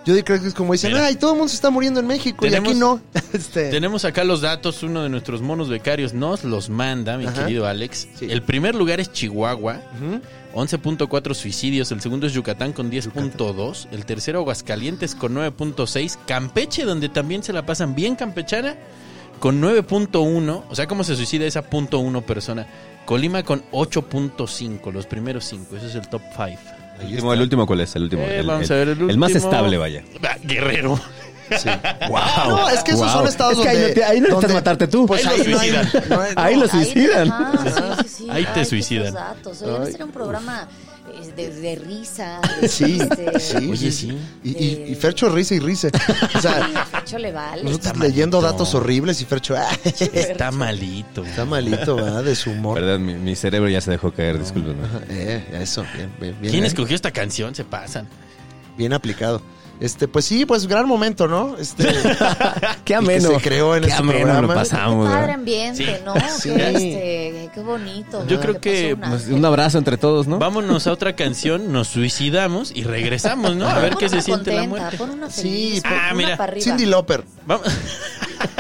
Yo creo que es como dicen, Mira. ay, todo el mundo se está muriendo en México y Tenemos- aquí no. Este, Tenemos acá los datos, uno de nuestros monos becarios nos los manda, mi Ajá. querido Alex. Sí. El primer lugar es Chihuahua, Ujú. 11.4 suicidios, el segundo es Yucatán con 10.2, el tercero Aguascalientes con 9.6, Campeche, donde también se la pasan bien campechana, con 9.1, o sea, cómo se suicida esa punto uno persona. Colima con 8.5, los primeros 5, ese es el top 5. el, último, ¿El último cuál es? El último. Eh, el, vamos el- a ver el el más último. estable, vaya. Ah, Guerrero. Sí. No, es que esos son Es estados que ahí donde- no te- ahí no necesitas donde- matarte tú. Pues Ahí lo ahí no hay- suicidan. no hay- Ahí lo suicidan. Ah, sí, sí, sí. Ahí te Ay, qué suicidan. feos datos. Oye, Ay. este era un programa eh, de, de risa. de Sí, chiste, sí, Oye, sí, sí. sí. Y, y- y Fercho risa y risa. O sea, de Fercho le vale. nosotros leyendo datos horribles y Fercho, ah, Está malito. está malito, ¿verdad? De su humor. Perdón, mi, mi cerebro ya se dejó caer, disculpen. Eh, eso, bien, bien, bien, eh, ¿Quién escogió esta canción? Se pasan. bien aplicado. Este, pues sí, pues gran momento, ¿no? Este, Qué el que ameno. se creó en Qué este ameno programa. lo pasamos. Pues, Qué padre ¿verdad? ambiente, Sí. ¿no? Sí. Qué, este, qué bonito. Yo ¿no? creo Le pasó que, un Pues, ángel. un abrazo entre todos, ¿no? Vámonos a otra canción, nos suicidamos y regresamos, ¿no? A ver Pon qué se una siente la contenta, muerte. Pon una Sí, feliz, pon- pon Ah, una mira. para arriba. Cindy Lauper. Vamos.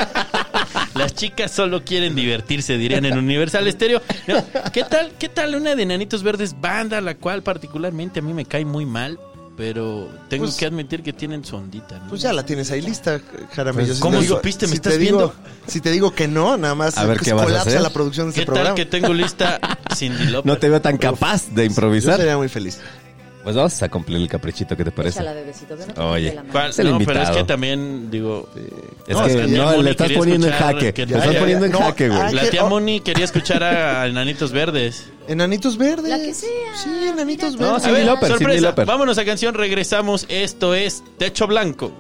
Las chicas solo quieren divertirse, dirían en Universal Estéreo. No, ¿Qué tal? ¿Qué tal una de Nanitos Verdes banda la cual particularmente a mí me cae muy mal, pero tengo Pues- que admitir que tienen su ondita, ¿no? Pues ya la tienes ahí lista, Jaramillo. Pues, Si ¿cómo te digo- supiste? ¿Me si te estás digo- viendo? Si te digo que no, nada más A ver, se ¿qué vas a colapsa hacer? la producción de ¿Qué este tal programa. que tengo lista Cindy Lauper? No te veo tan capaz de Yo improvisar. sería muy feliz. Pues vamos a cumplir el caprichito, ¿qué te parece? Échala, bebecito, que no te Oye. quite la mano. ¿Cuál? Es el no, pero es invitado. que también, digo... Es No, que es que ya no, Moni le estás quería poniendo en escuchar jaque. que- Te Ya, estás ya, poniendo en no, jaque, güey. ah, La que- tía oh. Moni quería escuchar a Nanitos Verdes. Enanitos verdes. La que sea. Sí, enanitos Mira, No, verdes. sí, Cindy Lauper, Cindy sorpresa. Lauper. Vámonos a canción, regresamos. Esto es Techo Blanco.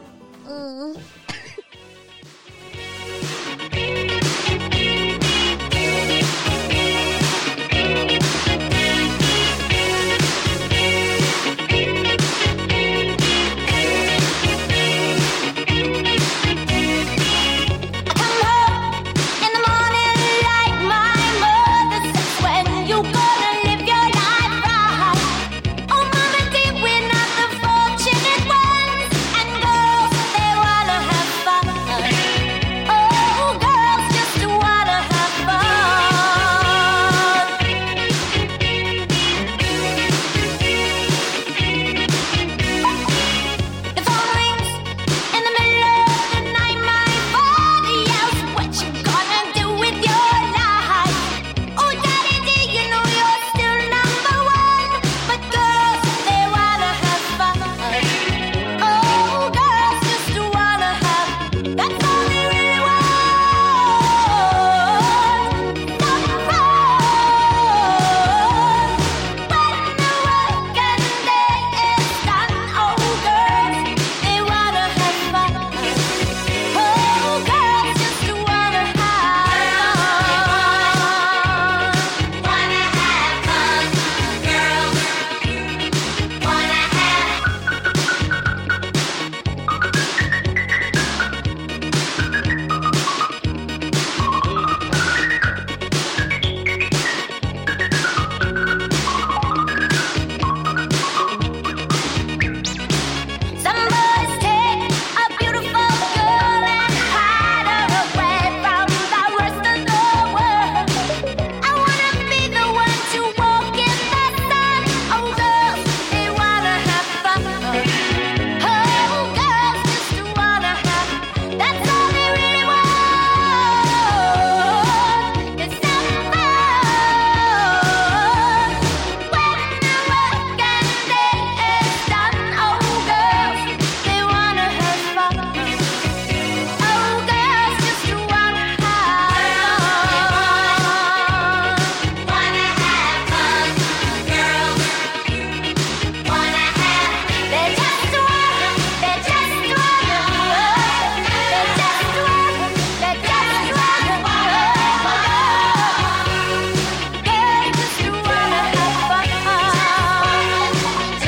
Oh, We're not the fortunate ones, and no Oh, Oh, Oh, Oh, Oh, oh, oh. oh.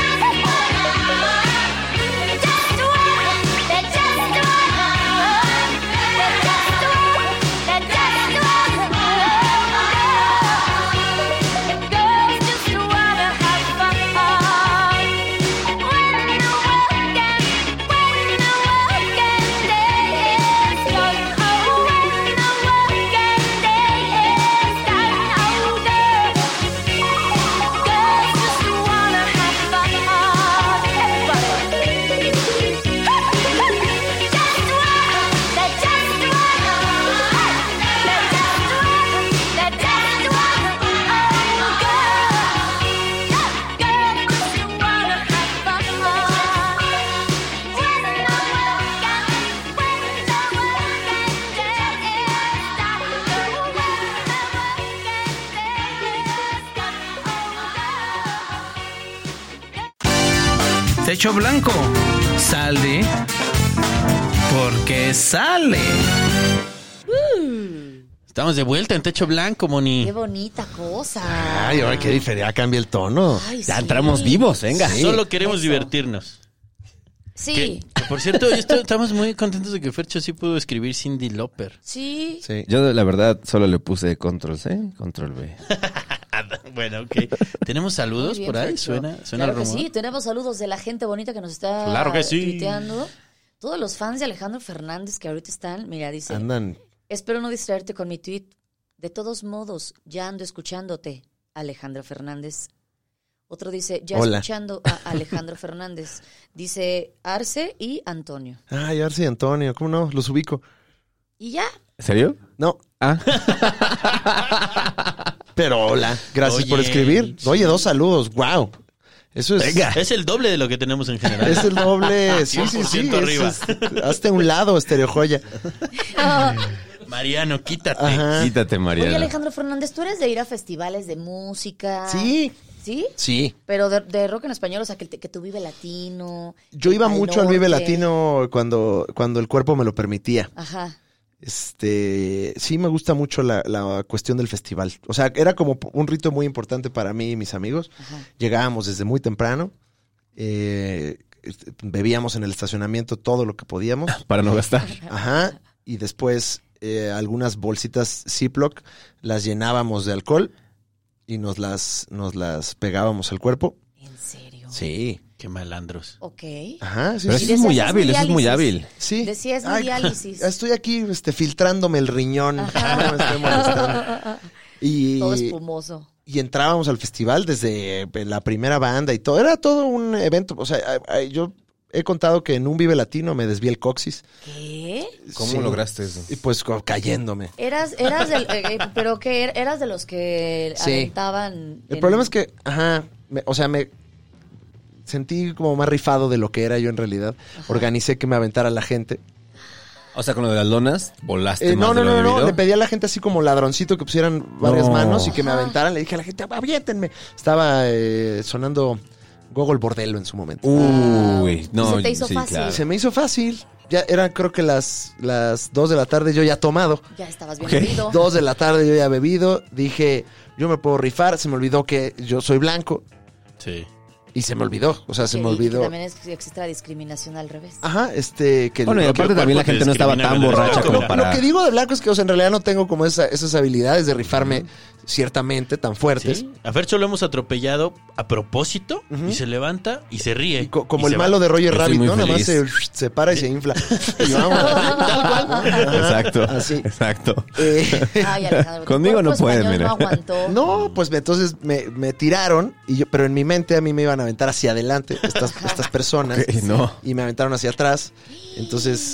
techo blanco. Sale. Porque sale. Estamos de vuelta en Techo Blanco, Moni. Qué bonita cosa. Ay, ahora qué diferencia. Ya cambia el tono. Ay, ya sí. entramos vivos, venga. Solo queremos divertirnos. Sí. Que, por cierto, yo estoy- estamos muy contentos de que Fercho sí pudo escribir Cindy Loper. Sí. Sí, yo la verdad solo le puse control C, control B. Ah, bueno, ok. ¿Tenemos saludos Muy bien, por ahí? Fercho. ¿Suena, suena el claro que rumor? sí, tenemos saludos de la gente bonita que nos está Claro que sí. tuiteando. Todos los fans de Alejandro Fernández que ahorita están, mira, dice, Andan. espero no distraerte con mi tweet. De todos modos, ya ando escuchándote, Alejandro Fernández. Otro dice, ya Hola. escuchando a Alejandro Fernández. Dice Arce y Antonio. Ay, Arce y Antonio, ¿cómo no? Los ubico. Y ya, ¿En serio? No. Ah. Pero hola, gracias por Oye, escribir. Oye, dos saludos, wow. Eso es. Es el doble de lo que tenemos en general. Es el doble. Ah, Sí, sí, 100% sí. eso arriba. es- hazte a un lado, estereo joya. Mariano, quítate. Ah. Quítate, Oye, Mariana. Alejandro Fernández, tú eres de ir a festivales de música. Sí. ¿Sí? Sí. Pero de, de rock en español, o sea, que, te- que tu vive latino. Yo iba mucho al Vive norte. Latino cuando, cuando el cuerpo me lo permitía. Ajá. Este, sí me gusta mucho la, la cuestión del festival. O sea, era como un rito muy importante para mí y mis amigos. Llegábamos desde muy temprano, eh, este, bebíamos en el estacionamiento todo lo que podíamos. Para no gastar. Ajá. Y después eh, algunas bolsitas Ziploc las llenábamos de alcohol y nos las, nos las pegábamos al cuerpo. ¿En serio? Sí. Qué malandros. Ok. Ajá, sí, Pero sí. eso es muy hábil, eso es muy hábil. Sí. Decía, es mi Ay, diálisis. Estoy aquí este, filtrándome el riñón. No me estoy molestando. Y, Todo espumoso. y entrábamos al festival desde eh, la primera banda y todo. Era todo un evento. O sea, ay, ay, yo he contado que en un Vive Latino me desvié el coxis. ¿Qué? ¿Cómo Sí. lograste eso? Y pues co- cayéndome. Eras, eras del, eh, eh, pero que er- eras de los que Sí. aventaban. El problema es que, ajá, me- o sea, me sentí como más rifado de lo que era yo en realidad. Organicé que me aventara la gente. O sea, con lo de las lonas, volaste Eh, más no, de no, lo no, no. debido. Le pedí a la gente así como ladroncito que pusieran varias No. manos y que me aventaran. Le dije a la gente, aviéntenme. Estaba eh, sonando Gogol Bordello en su momento. Uy, no. Ah, Se te hizo sí, fácil. claro. Se me hizo fácil. Ya eran creo que las, las 2 de la tarde yo ya tomado. Ya estabas bien Ok. bebido. Dos de la tarde yo ya bebido. Dije, yo me puedo rifar. Se me olvidó que yo soy blanco. Sí. Y se me olvidó. O sea, se Que- me y que olvidó. También es- existe la discriminación al revés. Ajá, este... Que Bueno, y lo que- aparte también la gente no estaba tan borracha como para... Lo que digo de blanco es que o sea, en realidad no tengo como esa- esas habilidades de rifarme ciertamente tan fuertes. Sí. A Fercho lo hemos atropellado a propósito y se levanta y se ríe. Co- Como y el se va. malo de Roger Yo estoy Rabbit, muy ¿no? Nada más se, feliz. se para y se infla. Y vamos. Exacto, Así. exacto. Eh, Ay, Alejandro. tu Conmigo no cuerpo pueden, español mira. No aguantó. no, pues me- entonces me, me tiraron, y yo, pero en mi mente a mí me iban a aventar hacia adelante estas, estas personas. Ok, no. Y me aventaron hacia atrás. Entonces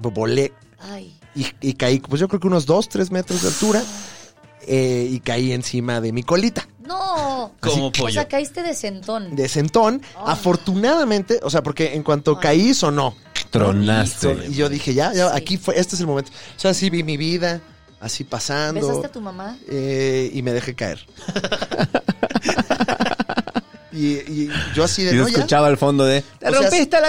vo- volé Ay. y, y caí, pues yo creo que unos dos, tres metros de altura. eh, y caí encima de mi colita. No. Como O pollo. sea, caíste de sentón. de sentón. Afortunadamente, o sea, porque en cuanto caí sonó. Tronaste. Y yo dije, ya, ya, aquí fue, este es el momento. O sea, así vi mi vida, así pasando. ¿Besaste a tu mamá? eh, y me dejé caer. y, y yo así de Y no, ya. escuchaba al fondo de... O sea,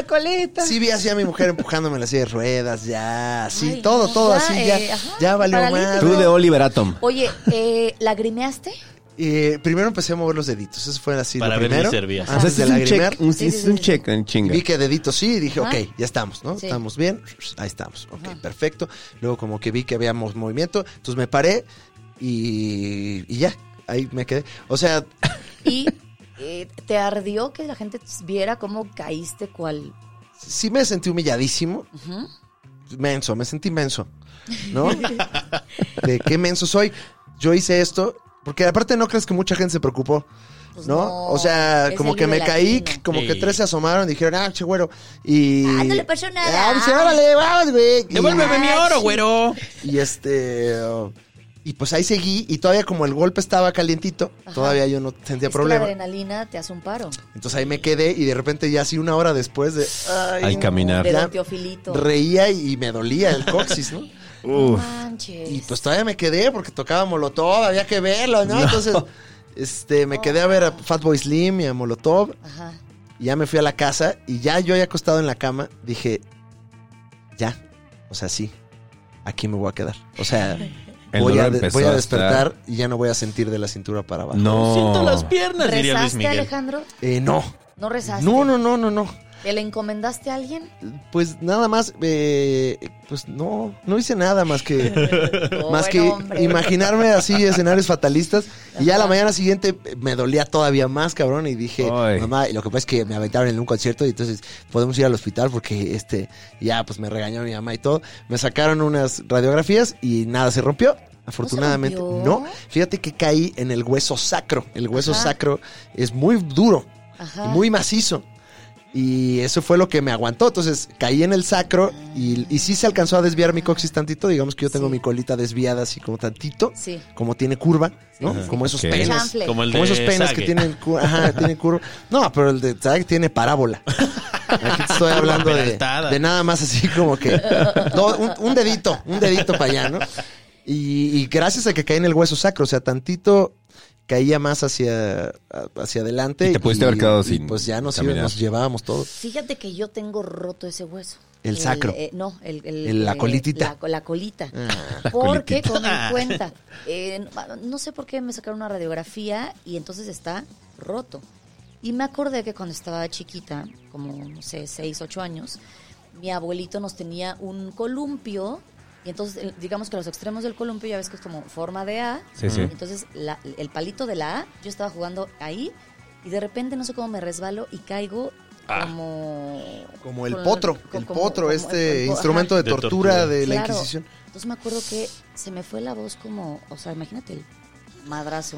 Sí vi así a mi mujer empujándome en la silla de ruedas, ya, así, Ay, todo, no, todo ya, así, ya. eh, ajá, ya valió paralítico. más. Tú de Oliver Atom. Oye, eh, ¿lagrimeaste? Eh, primero empecé a mover los deditos, eso fue así Para lo ver si primero. servías. O sea, Antes este de es un lagrimear. check, un- Sí, sí, es un sí. check en Y chinga. Vi que dedito sí, y dije, Ajá. ok, ya estamos, ¿no? Sí. Estamos bien, ahí estamos, ok, perfecto. Luego como que vi que habíamos movimiento, entonces me paré y, y ya, ahí me quedé. O sea, Y eh, te ardió que la gente viera cómo caíste cual. sí me sentí humilladísimo, Ujú. menso, me sentí menso, ¿no? De qué menso soy, yo hice esto, porque aparte no crees que mucha gente se preocupó. Pues ¿No? no, o sea, es como el que me Vive caí, Latino. como que Sí. tres se asomaron y dijeron, ah, che, güero. Y. Ah, no le pasó nada. Ah, pues, órale, vamos, güey. Y- Devuélveme mi oro, güero. Y este. uh, Y pues ahí seguí. Y todavía como el golpe estaba calientito, todavía yo no sentía Es que la problema. adrenalina te hace un paro. Entonces ahí me quedé y de repente ya así una hora después de. Ay, Al no, caminar. De ya don Teofilito. reía y me dolía el coxis, ¿no? Uf. Manches. Y pues todavía me quedé porque tocaba Molotov, había que verlo, ¿no? Entonces, este, me quedé a ver a Fatboy Slim y a Molotov. Ajá. Y ya me fui a la casa y ya yo había acostado en la cama, dije, ya, o sea, sí, aquí me voy a quedar. O sea, El voy a, dolor de- empezó voy a a despertar estar- Mm. y ya no voy a sentir de la cintura para abajo. No. Siento las piernas, diría Luis ¿Rezaste, Miguel. Alejandro? Eh, no. ¿No rezaste? No, no, no, no, no. ¿Te le encomendaste a alguien? Pues nada más, eh, pues no, no hice nada más que, más buen que hombre. imaginarme así escenarios fatalistas. Y ya la mañana siguiente eh, me dolía todavía más, cabrón, y dije, mamá, y lo que pasa es que me aventaron en un concierto y entonces podemos ir al hospital porque este, ya pues me regañó mi mamá y todo. Me sacaron unas radiografías y nada se rompió. Afortunadamente, rompió? no. Fíjate que caí en el hueso sacro. El hueso Ajá. sacro es muy duro Ajá. y muy macizo. Y eso fue lo que me aguantó. Entonces caí en el sacro y, y sí se alcanzó a desviar mi coxis tantito. Digamos que yo tengo mi colita desviada así como tantito. Sí. Como tiene curva, ¿no? Ajá. Como esos Ok. penes. Chanfle. Como el de esos penes Sage. que tienen, cu- ajá, tienen curva. No, pero el de Zag tiene parábola. Aquí te estoy hablando de, Peraltada. de nada más así como que. No, un, un dedito, un dedito para allá, ¿no? Y, y gracias a que caí en el hueso sacro, o sea, tantito caía más hacia, hacia adelante. Y te pudiste haber quedado sin Pues ya nos, caminar. iba- nos llevábamos todo. Fíjate que yo tengo roto ese hueso. El sacro. eh, no, el, El- la eh, colitita. La, co- la colita. Ah. Porque colitita. tomé Ah. en cuenta. eh, no- no sé por qué me sacaron una radiografía y entonces está roto. Y me acordé que cuando estaba chiquita, como, no sé, 6, 8 años, mi abuelito nos tenía un columpio. Y entonces, el- digamos que los extremos del columpio ya ves que es como forma de A. Sí, sí. Entonces, la- el palito de la A, yo estaba jugando ahí y de repente no sé cómo me resbalo y caigo como... Como el con- potro, con- el como- potro, como el este potro, instrumento de ajá. tortura de la Claro. Inquisición. Entonces me acuerdo que se me fue la voz como, o sea, imagínate el madrazo.